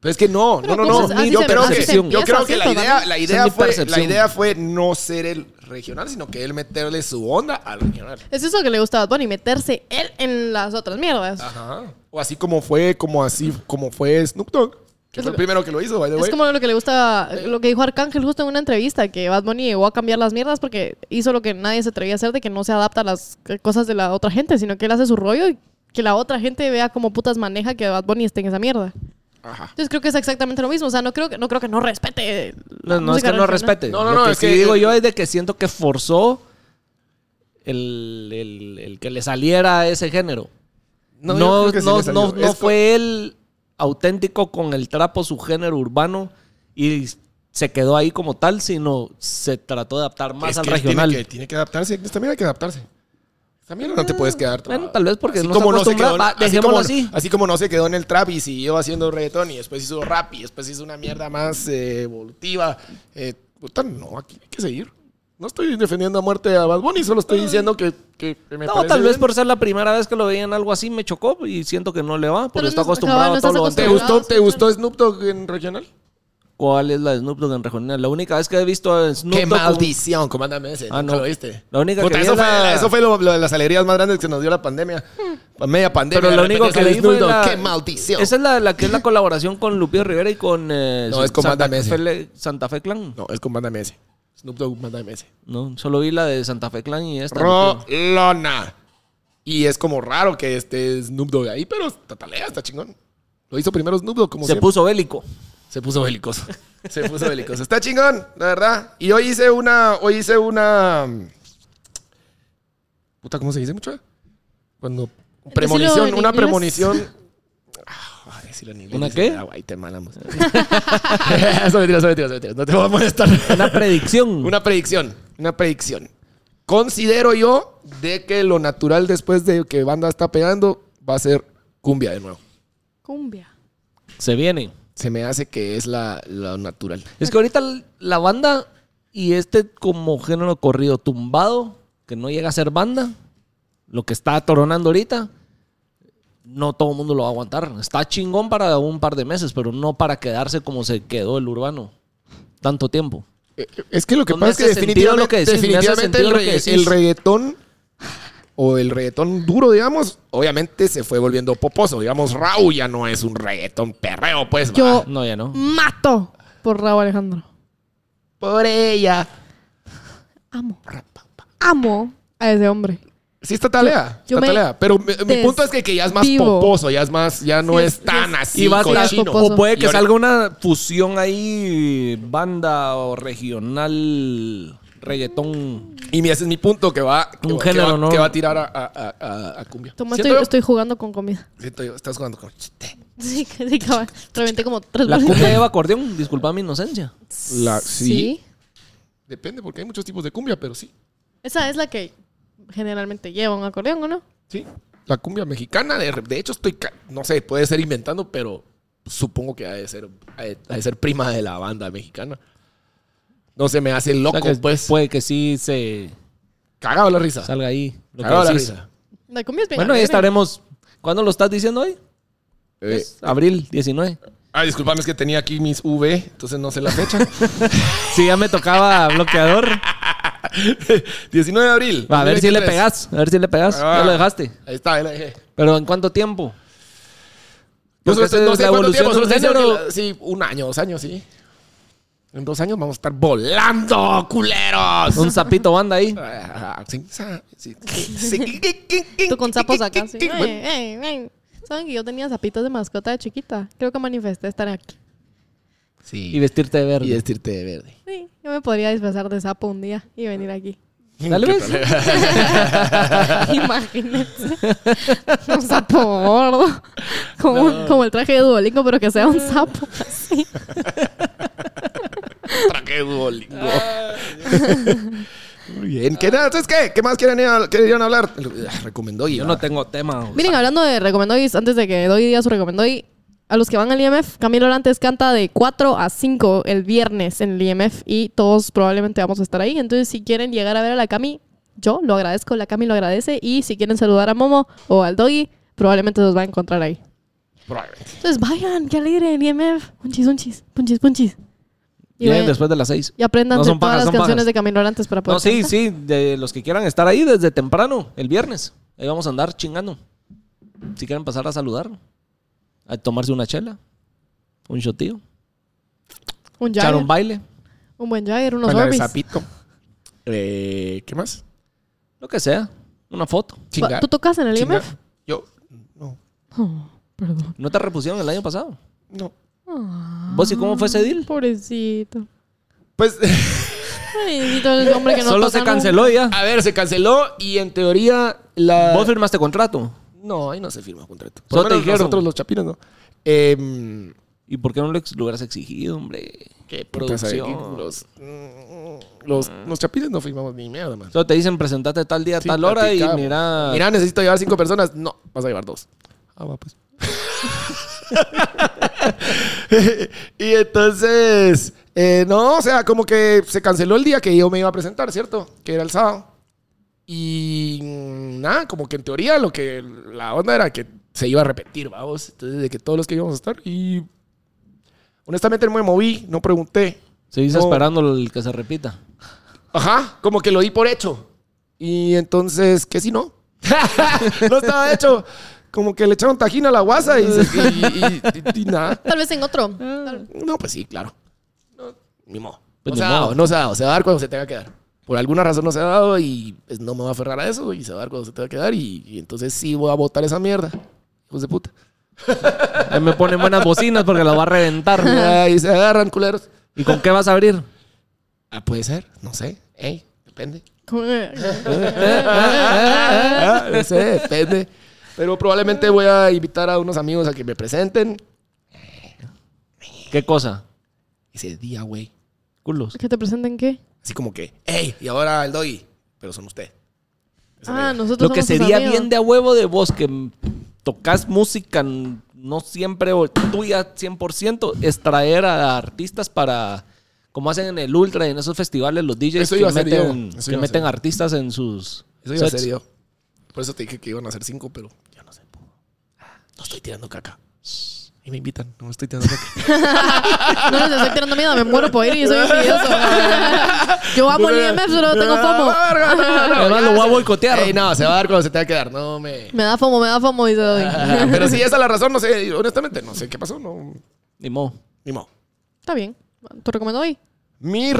Speaker 1: Pero es que no, no,
Speaker 3: Pero
Speaker 1: no,
Speaker 3: pues
Speaker 1: no.
Speaker 3: es- así
Speaker 1: yo,
Speaker 3: se-
Speaker 1: creo
Speaker 3: así
Speaker 1: que,
Speaker 3: se
Speaker 1: yo
Speaker 3: empieza,
Speaker 1: creo que la
Speaker 3: siento,
Speaker 1: idea,
Speaker 3: también.
Speaker 1: la,
Speaker 2: Esa
Speaker 1: idea
Speaker 2: es mi
Speaker 1: fue, la
Speaker 2: percepción.
Speaker 1: idea fue no ser el regional, sino que él meterle su onda al regional.
Speaker 3: Es eso que le gusta a Bad Bunny, meterse él en las otras mierdas.
Speaker 1: Ajá. O así como fue, como así, como fue Snoop Dogg. Que fue el primero que lo hizo, by the
Speaker 3: Es
Speaker 1: way.
Speaker 3: como lo que le gusta, lo que dijo Arcángel justo en una entrevista, que Bad Bunny llegó a cambiar las mierdas porque hizo lo que nadie se atrevía a hacer, de que no se adapta a las eh, cosas de la otra gente, sino que él hace su rollo y que la otra gente vea cómo putas maneja que Bad Bunny esté en esa mierda.
Speaker 1: Ajá.
Speaker 3: Entonces creo que es exactamente lo mismo, o sea, no creo que no, creo que no respete. la
Speaker 2: No, no es
Speaker 3: música
Speaker 2: que no
Speaker 3: regional.
Speaker 2: respete.
Speaker 1: No, no,
Speaker 2: Lo
Speaker 1: no,
Speaker 2: que
Speaker 1: es
Speaker 2: sí
Speaker 1: que-
Speaker 2: digo yo es de que siento que forzó el, el- el que le saliera ese género. No,
Speaker 1: yo creo
Speaker 2: no,
Speaker 1: que sí
Speaker 2: no,
Speaker 1: le salió.
Speaker 2: no
Speaker 1: Es co-
Speaker 2: fue él auténtico con el trapo, su género urbano y se quedó ahí como tal, sino se trató de adaptar más
Speaker 1: Es
Speaker 2: al
Speaker 1: que él
Speaker 2: regional.
Speaker 1: Tiene que, tiene que adaptarse. También hay que adaptarse. También no te puedes quedar.
Speaker 2: Bueno, tal vez porque
Speaker 1: Así
Speaker 2: no se acostumbra.
Speaker 1: quedó-
Speaker 2: Va, dejémoslo
Speaker 1: como,
Speaker 2: así.
Speaker 1: así como no se quedó en el trap y siguió haciendo reggaetón y después hizo rap y después hizo una mierda más eh, evolutiva. Eh, puta, no, aquí hay que seguir. No estoy defendiendo a muerte a Bad Bunny, solo estoy diciendo que, que que me
Speaker 2: No,
Speaker 1: parece
Speaker 2: tal vez
Speaker 1: bien.
Speaker 2: por ser la primera vez que lo veían algo así me chocó y siento que no le va porque
Speaker 3: no-
Speaker 2: está acostumbrado
Speaker 3: cabal, no
Speaker 2: a todo
Speaker 3: estás
Speaker 2: lo
Speaker 1: ¿Te
Speaker 2: anterior.
Speaker 1: gustó, ¿Te gustó Snoop Dogg en regional?
Speaker 2: ¿Cuál es la de Snoop Dogg en regional? La única vez que he visto a Snoop Dogg. con-
Speaker 1: comándame ese.
Speaker 2: Ah,
Speaker 1: nunca
Speaker 2: no.
Speaker 1: lo viste.
Speaker 2: La única
Speaker 1: Puta,
Speaker 2: que vi
Speaker 1: eso,
Speaker 2: es la- Hmm.
Speaker 1: fue, eso fue lo, lo de las alegrías más grandes que nos dio la pandemia. Media pandemia.
Speaker 2: Pero
Speaker 1: de
Speaker 2: lo único
Speaker 1: repente
Speaker 2: que
Speaker 1: sale
Speaker 2: vi fue
Speaker 1: Snoop Dogg.
Speaker 2: la-
Speaker 1: ¡Qué maldición!
Speaker 2: Esa es la, la que es la colaboración con Lupio Rivera y con eh,
Speaker 1: No, es con
Speaker 2: Santa,
Speaker 1: Banda MS.
Speaker 2: Fe, Santa Fe Clan.
Speaker 1: No, es con Banda MS. Snoop Dogg, Banda MS.
Speaker 2: No, solo vi la de Santa Fe Clan y esta.
Speaker 1: Rolona. Y es como raro que esté Snoop Dogg ahí, pero tatalea, está chingón. Lo hizo primero Snoop Dogg, como
Speaker 2: Se
Speaker 1: siempre.
Speaker 2: puso bélico.
Speaker 1: Se puso belicoso. Se puso belicoso. Está chingón, la verdad. Y hoy hice una. Hoy hice una. mm, Puta, ¿cómo se dice mucho? Cuando. Premonición,
Speaker 3: en
Speaker 1: una
Speaker 3: inglés.
Speaker 1: premonición. Ah, decirlo en inglés.
Speaker 2: ¿Una
Speaker 1: dice,
Speaker 2: qué?
Speaker 1: "Ah, guay, te malamos. Son mentiras, son mentiras, son mentiras. No te voy a molestar.
Speaker 2: Una predicción.
Speaker 1: Una predicción, una predicción. Considero yo de que lo natural después de que banda está pegando va a ser cumbia de nuevo.
Speaker 3: Cumbia.
Speaker 2: Se viene.
Speaker 1: se me hace que es la, la natural.
Speaker 2: Es que ahorita la banda y este como género corrido tumbado, que no llega a ser banda, lo que está atoronando ahorita, no todo el mundo lo va a aguantar. Está chingón para un par de meses, pero no para quedarse como se quedó el urbano tanto tiempo.
Speaker 1: Eh, Es que lo que
Speaker 2: No me
Speaker 1: pasa es que
Speaker 2: hace sentido
Speaker 1: definitivamente,
Speaker 2: lo que decís, me hace
Speaker 1: definitivamente el,
Speaker 2: sentido lo
Speaker 1: re-
Speaker 2: que decís.
Speaker 1: el reggaetón o el reggaetón duro, digamos, obviamente se fue volviendo poposo. Digamos, Raúl ya no es un reggaetón perreo, pues.
Speaker 3: Yo-
Speaker 1: va.
Speaker 2: No, ya no.
Speaker 3: Mato por Raúl Alejandro.
Speaker 1: Por ella.
Speaker 3: Amo. Amo a ese hombre.
Speaker 1: Sí está talea,
Speaker 3: Yo- yo
Speaker 1: está
Speaker 3: me
Speaker 1: talea. Pero mi, mi
Speaker 3: des-
Speaker 1: punto es que, que ya es más
Speaker 3: vivo.
Speaker 1: poposo, ya es más, ya no
Speaker 3: Sí,
Speaker 1: es
Speaker 3: sí,
Speaker 1: tan
Speaker 3: sí.
Speaker 1: así
Speaker 2: y va a estar-
Speaker 1: cochino.
Speaker 3: poposo.
Speaker 2: o puede
Speaker 1: Y
Speaker 2: que
Speaker 1: ahora-
Speaker 2: salga una fusión ahí, banda o regional, reggaetón.
Speaker 1: Y mi- ese es mi punto que va, que,
Speaker 2: Un
Speaker 1: va- que
Speaker 2: género,
Speaker 1: va-
Speaker 2: ¿no?
Speaker 1: que va a tirar a, a- a- a- a cumbia.
Speaker 3: Toma,
Speaker 1: Siento
Speaker 3: estoy,
Speaker 1: yo-
Speaker 3: estoy jugando con comida.
Speaker 1: siento yo, estás jugando con chiste.
Speaker 3: Sí, que- sí, cabal. Reventé como tres
Speaker 2: La ah,
Speaker 3: veces.
Speaker 2: cumbia lleva acordeón, disculpa mi inocencia.
Speaker 1: La,
Speaker 3: Sí.
Speaker 1: Depende, porque hay muchos tipos de cumbia, pero sí.
Speaker 3: Esa es la que generalmente lleva un acordeón, ¿o no?
Speaker 1: Sí. La cumbia mexicana, de, de hecho, estoy. ca- No sé, puede ser inventando, pero supongo que ha de ser, ha de, ha de ser prima de la banda mexicana. No se me hace
Speaker 2: O
Speaker 1: loco,
Speaker 2: sea que
Speaker 1: pues.
Speaker 2: Puede que sí se
Speaker 1: Cagado la risa.
Speaker 2: salga ahí. lo que
Speaker 1: Cagado la
Speaker 2: decís.
Speaker 1: risa.
Speaker 3: La cumbia es bien
Speaker 2: Bueno, ahí
Speaker 3: alegre.
Speaker 2: estaremos. ¿Cuándo lo estás diciendo hoy?
Speaker 1: Eh,
Speaker 2: Es abril 19.
Speaker 1: ah, disculpame, es que tenía aquí mis V, entonces no sé la fecha.
Speaker 2: Sí, ya me tocaba bloqueador.
Speaker 1: 19 de abril.
Speaker 2: Va, a ver si le
Speaker 1: 2023.
Speaker 2: pegas. A ver si le pegas.
Speaker 1: Ah,
Speaker 2: Ya lo dejaste.
Speaker 1: Ahí está, ahí la dejé.
Speaker 2: Pero ¿en cuánto tiempo?
Speaker 1: No,
Speaker 2: Porque
Speaker 1: solo
Speaker 2: esa
Speaker 1: sé- no
Speaker 2: es
Speaker 1: sé
Speaker 2: la
Speaker 1: cuánto
Speaker 2: evolución
Speaker 1: tiempo, solo
Speaker 2: del
Speaker 1: sé
Speaker 2: género.
Speaker 1: que la- sí, un año, dos años, sí. En dos años vamos a estar volando, culeros.
Speaker 2: Un sapito banda ahí.
Speaker 1: Ah, sí, sa- sí,
Speaker 3: Tú con sapos acá, sí.
Speaker 1: Bueno,
Speaker 3: Ey, ey, ey. ¿Saben que yo tenía zapitos de mascota de chiquita? Creo que manifesté estar aquí.
Speaker 2: Y
Speaker 1: sí.
Speaker 2: vestirte de
Speaker 1: Y
Speaker 2: verde.
Speaker 1: vestirte de verde.
Speaker 3: Sí, yo me podría disfrazar de sapo un día y venir aquí.
Speaker 2: Tal vez.
Speaker 3: Imagínense. Un sapo gordo. Como, como el traje de Duolingo, pero que sea un sapo así.
Speaker 1: Traje Duolingo. Muy bien. ¿Qué, nada, entonces, ¿qué? ¿Qué más quieren, ir a- querían hablar? Ah, Recomendó y
Speaker 2: Yo no tengo tema.
Speaker 3: Miren, hablando de recomendois, antes de que doy día su recomendoy, a los que van al IMF, Camilo Orantes canta de 4 a 5 el viernes en el IMF y todos probablemente vamos a estar ahí. Entonces, si quieren llegar a ver a la Cami, yo lo agradezco, la Cami lo agradece. Y si quieren saludar a Momo o al Doggy, probablemente los va a encontrar ahí.
Speaker 1: Probablemente.
Speaker 3: Entonces, vayan, qué alegre el IMF. Punchis, punchis, punchis, punchis. Y,
Speaker 2: Vienen
Speaker 3: vayan-
Speaker 2: después de las 6.
Speaker 3: y aprendan
Speaker 2: No
Speaker 3: de
Speaker 2: son
Speaker 3: todas las
Speaker 2: pajas, son
Speaker 3: canciones
Speaker 2: pajas.
Speaker 3: de Camilo Orantes para poder
Speaker 2: No, sí,
Speaker 3: cantar.
Speaker 2: sí. De los que quieran estar ahí desde temprano, el viernes. Ahí vamos a andar chingando. Si quieren pasar a saludar, a tomarse una chela, un shotío,
Speaker 3: Un
Speaker 2: echar un
Speaker 3: Jagger,
Speaker 2: baile,
Speaker 3: un buen Jagger, unos
Speaker 1: Hablar de
Speaker 3: Orbeez.
Speaker 1: sapito. Eh, ¿Qué más?
Speaker 2: lo que sea, una foto.
Speaker 1: Chingar.
Speaker 3: ¿Tú tocas en el
Speaker 1: Chingar.
Speaker 3: IMF?
Speaker 1: Yo, no,
Speaker 3: Oh, perdón.
Speaker 2: ¿No te repusieron el año pasado?
Speaker 1: no.
Speaker 2: ¿Vos y cómo fue ese deal?
Speaker 3: Pobrecito.
Speaker 1: Pues,
Speaker 3: Pobrecito el hombre que no
Speaker 2: Solo
Speaker 3: toca
Speaker 2: se canceló ya.
Speaker 1: a ver, se canceló y en teoría la...
Speaker 2: Vos firmaste contrato.
Speaker 1: No, ahí no se firma contrato. Por
Speaker 2: Solo te
Speaker 1: lo menos
Speaker 2: dijeron.
Speaker 1: nosotros los chapinos, ¿no? Em,
Speaker 2: ¿Y por qué no lo, ex- lo hubieras exigido, hombre?
Speaker 1: ¿Qué producción?
Speaker 2: producción.
Speaker 1: Los, mm, los, los chapines no firmamos ni mierda, man.
Speaker 2: Solo te dicen presentate tal día,
Speaker 1: Sí,
Speaker 2: tal hora
Speaker 1: platicamos.
Speaker 2: y mira.
Speaker 1: Mira, necesito llevar cinco personas. No, vas a llevar dos. Ah, va, pues. y entonces, eh, no, o sea, como que se canceló el día que yo me iba a presentar, ¿cierto? Que era el sábado. Y mm, nada, como que en teoría lo que la onda era que se iba a repetir, vamos. Entonces, de que todos los que íbamos a estar. Y honestamente no me moví, no pregunté.
Speaker 2: Se dice
Speaker 1: No.
Speaker 2: esperando el que se repita.
Speaker 1: Ajá, como que lo di por hecho. Y entonces, ¿qué si no? no estaba hecho. Como que le echaron tajín a la guasa y, se- y- y- y- y nada.
Speaker 3: Tal vez en otro. Tal-
Speaker 1: No, pues sí, claro. No, ni modo. no
Speaker 2: Pues ni
Speaker 1: se ha
Speaker 2: modo.
Speaker 1: dado, no se ha dado. Se va a dar cuando se tenga que dar. Por alguna razón no se ha dado y pues, no me va a aferrar a eso y se va a dar cuando se tenga que dar y, y entonces sí voy a votar esa mierda. Hijos de puta.
Speaker 2: Ahí me ponen buenas bocinas porque las va a reventar.
Speaker 1: Ahí se agarran, culeros.
Speaker 2: ¿Y con qué vas a abrir?
Speaker 1: Ah, puede ser, no sé. Ey, depende.
Speaker 2: ¿Eh?
Speaker 1: Ah, no sé, depende. Pero probablemente voy a invitar a unos amigos a que me presenten.
Speaker 2: ¿Qué cosa?
Speaker 1: Ese día, güey.
Speaker 2: Culos.
Speaker 3: ¿Que te presenten qué?
Speaker 1: Así como que, hey, y ahora el doggy. Pero son ustedes.
Speaker 3: Ah,
Speaker 1: Esa es la idea.
Speaker 3: nosotros
Speaker 2: Lo que
Speaker 3: somos tus
Speaker 2: sería
Speaker 3: amigos.
Speaker 2: bien de a huevo de vos que tocas música n- no siempre o tuya 100%, es traer a artistas para, como hacen en el Ultra y en esos festivales, los DJs
Speaker 1: Eso
Speaker 2: que
Speaker 1: iba a ser yo.
Speaker 2: meten,
Speaker 1: Eso
Speaker 2: que
Speaker 1: iba a
Speaker 2: meten
Speaker 1: ser.
Speaker 2: artistas en sus...
Speaker 1: Eso iba a
Speaker 2: sets.
Speaker 1: ser yo. Por eso te dije que iban a ser cinco, pero yo no sé. pudo. No estoy tirando caca. Y me invitan, no estoy tirando caca.
Speaker 3: No les estoy tirando miedo, me muero por ir y soy envidioso. Yo amo el IMF, solo tengo fomo.
Speaker 2: Además, lo voy a boicotear.
Speaker 1: Ey, no, Ah, se va a dar cuando se te va a quedar. No, me.
Speaker 3: Me da fomo, me da fomo y se doy.
Speaker 1: Ajá, Pero si esa es la razón, no sé, honestamente, no sé qué pasó, no.
Speaker 2: Ni modo.
Speaker 1: Ni modo.
Speaker 3: Está bien. ¿Te recomiendo hoy?
Speaker 1: Mi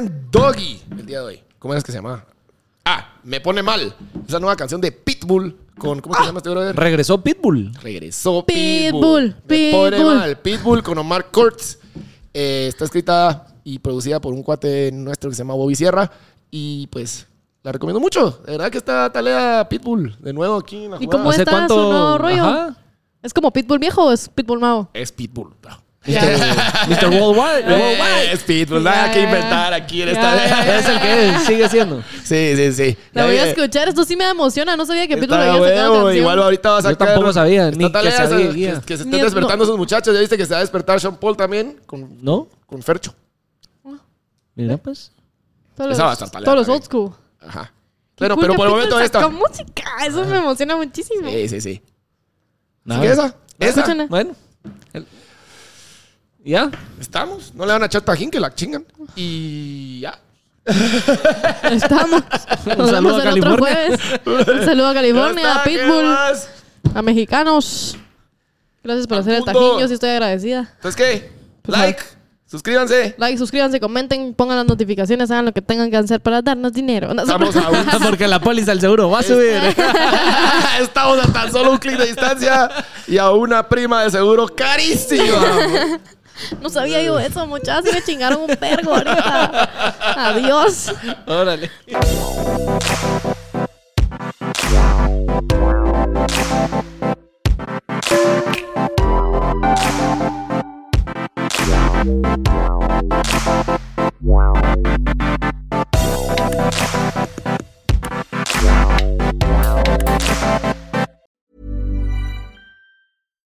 Speaker 1: recomendoggy el día de hoy. ¿Cómo es que se llama? Ah, Me Pone Mal. Esa nueva canción de Pitbull con. ¿Cómo que se llama este brother?
Speaker 2: Regresó Pitbull.
Speaker 1: Regresó
Speaker 3: Ah. Pitbull,
Speaker 1: Pitbull. Me pone
Speaker 3: Pitbull.
Speaker 1: mal. Pitbull con Omar Kurtz. Eh, está escrita y producida por un cuate nuestro que se llama Bobby Sierra. Y pues la recomiendo mucho. De verdad que está talea Pitbull de nuevo aquí en la
Speaker 3: ¿Y
Speaker 1: jugada.
Speaker 3: cómo está su nuevo rollo?
Speaker 2: Ajá.
Speaker 3: ¿Es como Pitbull viejo o es Pitbull nuevo?
Speaker 1: Es Pitbull. bro.
Speaker 2: Mr. Worldwide.
Speaker 1: Eh, es Pitbull. Nada
Speaker 3: Ya,
Speaker 1: que
Speaker 3: ya,
Speaker 1: inventar aquí
Speaker 3: ya,
Speaker 1: en esta.
Speaker 3: ya, ya.
Speaker 2: Es el que sigue siendo.
Speaker 1: Sí, sí, sí.
Speaker 3: La voy
Speaker 1: Ya,
Speaker 3: a
Speaker 1: ya.
Speaker 3: escuchar, esto sí me emociona, no sabía que Pitbull
Speaker 1: Está
Speaker 3: había sacado
Speaker 1: huevo,
Speaker 3: canción.
Speaker 1: Igual ahorita va a
Speaker 2: Yo
Speaker 1: sacar.
Speaker 2: tampoco sabía,
Speaker 1: Está
Speaker 2: ni que
Speaker 1: tal vez,
Speaker 2: sabía,
Speaker 1: que-
Speaker 2: guía.
Speaker 1: Que, se
Speaker 3: Ni-
Speaker 1: están
Speaker 3: no.
Speaker 1: despertando esos muchachos. Ya viste que se va a despertar Sean Paul también con,
Speaker 2: ¿No?
Speaker 1: con Fercho.
Speaker 2: Mira, pues.
Speaker 3: Todos
Speaker 1: Esa va a
Speaker 3: los,
Speaker 1: estar talera
Speaker 3: todos los
Speaker 1: también.
Speaker 3: old school.
Speaker 1: Ajá. Pero,
Speaker 3: Cool
Speaker 1: pero
Speaker 3: que
Speaker 1: por el
Speaker 3: Pitbull
Speaker 1: momento
Speaker 3: sacó
Speaker 1: esta.
Speaker 3: música, eso me emociona muchísimo.
Speaker 1: Sí, sí, sí.
Speaker 2: Nada.
Speaker 1: ¿Qué esa? ¿Esa?
Speaker 3: Escúchenla.
Speaker 2: Bueno. El- ¿Ya?
Speaker 1: Estamos. No le van a echar tajín que la chingan. Y ya.
Speaker 3: Estamos. Nos vemos
Speaker 2: saludo a
Speaker 3: en otro
Speaker 2: California.
Speaker 3: jueves. Un saludo a
Speaker 1: Ya
Speaker 3: California,
Speaker 1: está,
Speaker 3: a
Speaker 1: ¿qué
Speaker 3: Pitbull,
Speaker 1: más?
Speaker 3: a mexicanos. Gracias por
Speaker 1: Al
Speaker 3: hacer el
Speaker 1: mundo.
Speaker 3: tajín, yo sí estoy agradecida.
Speaker 1: Entonces, ¿qué?
Speaker 3: Pues,
Speaker 1: like, suscríbanse.
Speaker 3: Like, suscríbanse, comenten, pongan las notificaciones, hagan lo que tengan que hacer para darnos dinero. No,
Speaker 1: Estamos a, un-
Speaker 2: Porque la póliza del seguro va a subir.
Speaker 1: estamos a tan solo un clic de distancia y a una prima de seguro carísima.
Speaker 3: no sabía yo eso, muchachos, me chingaron un pergo ahorita. Adiós.
Speaker 2: Órale.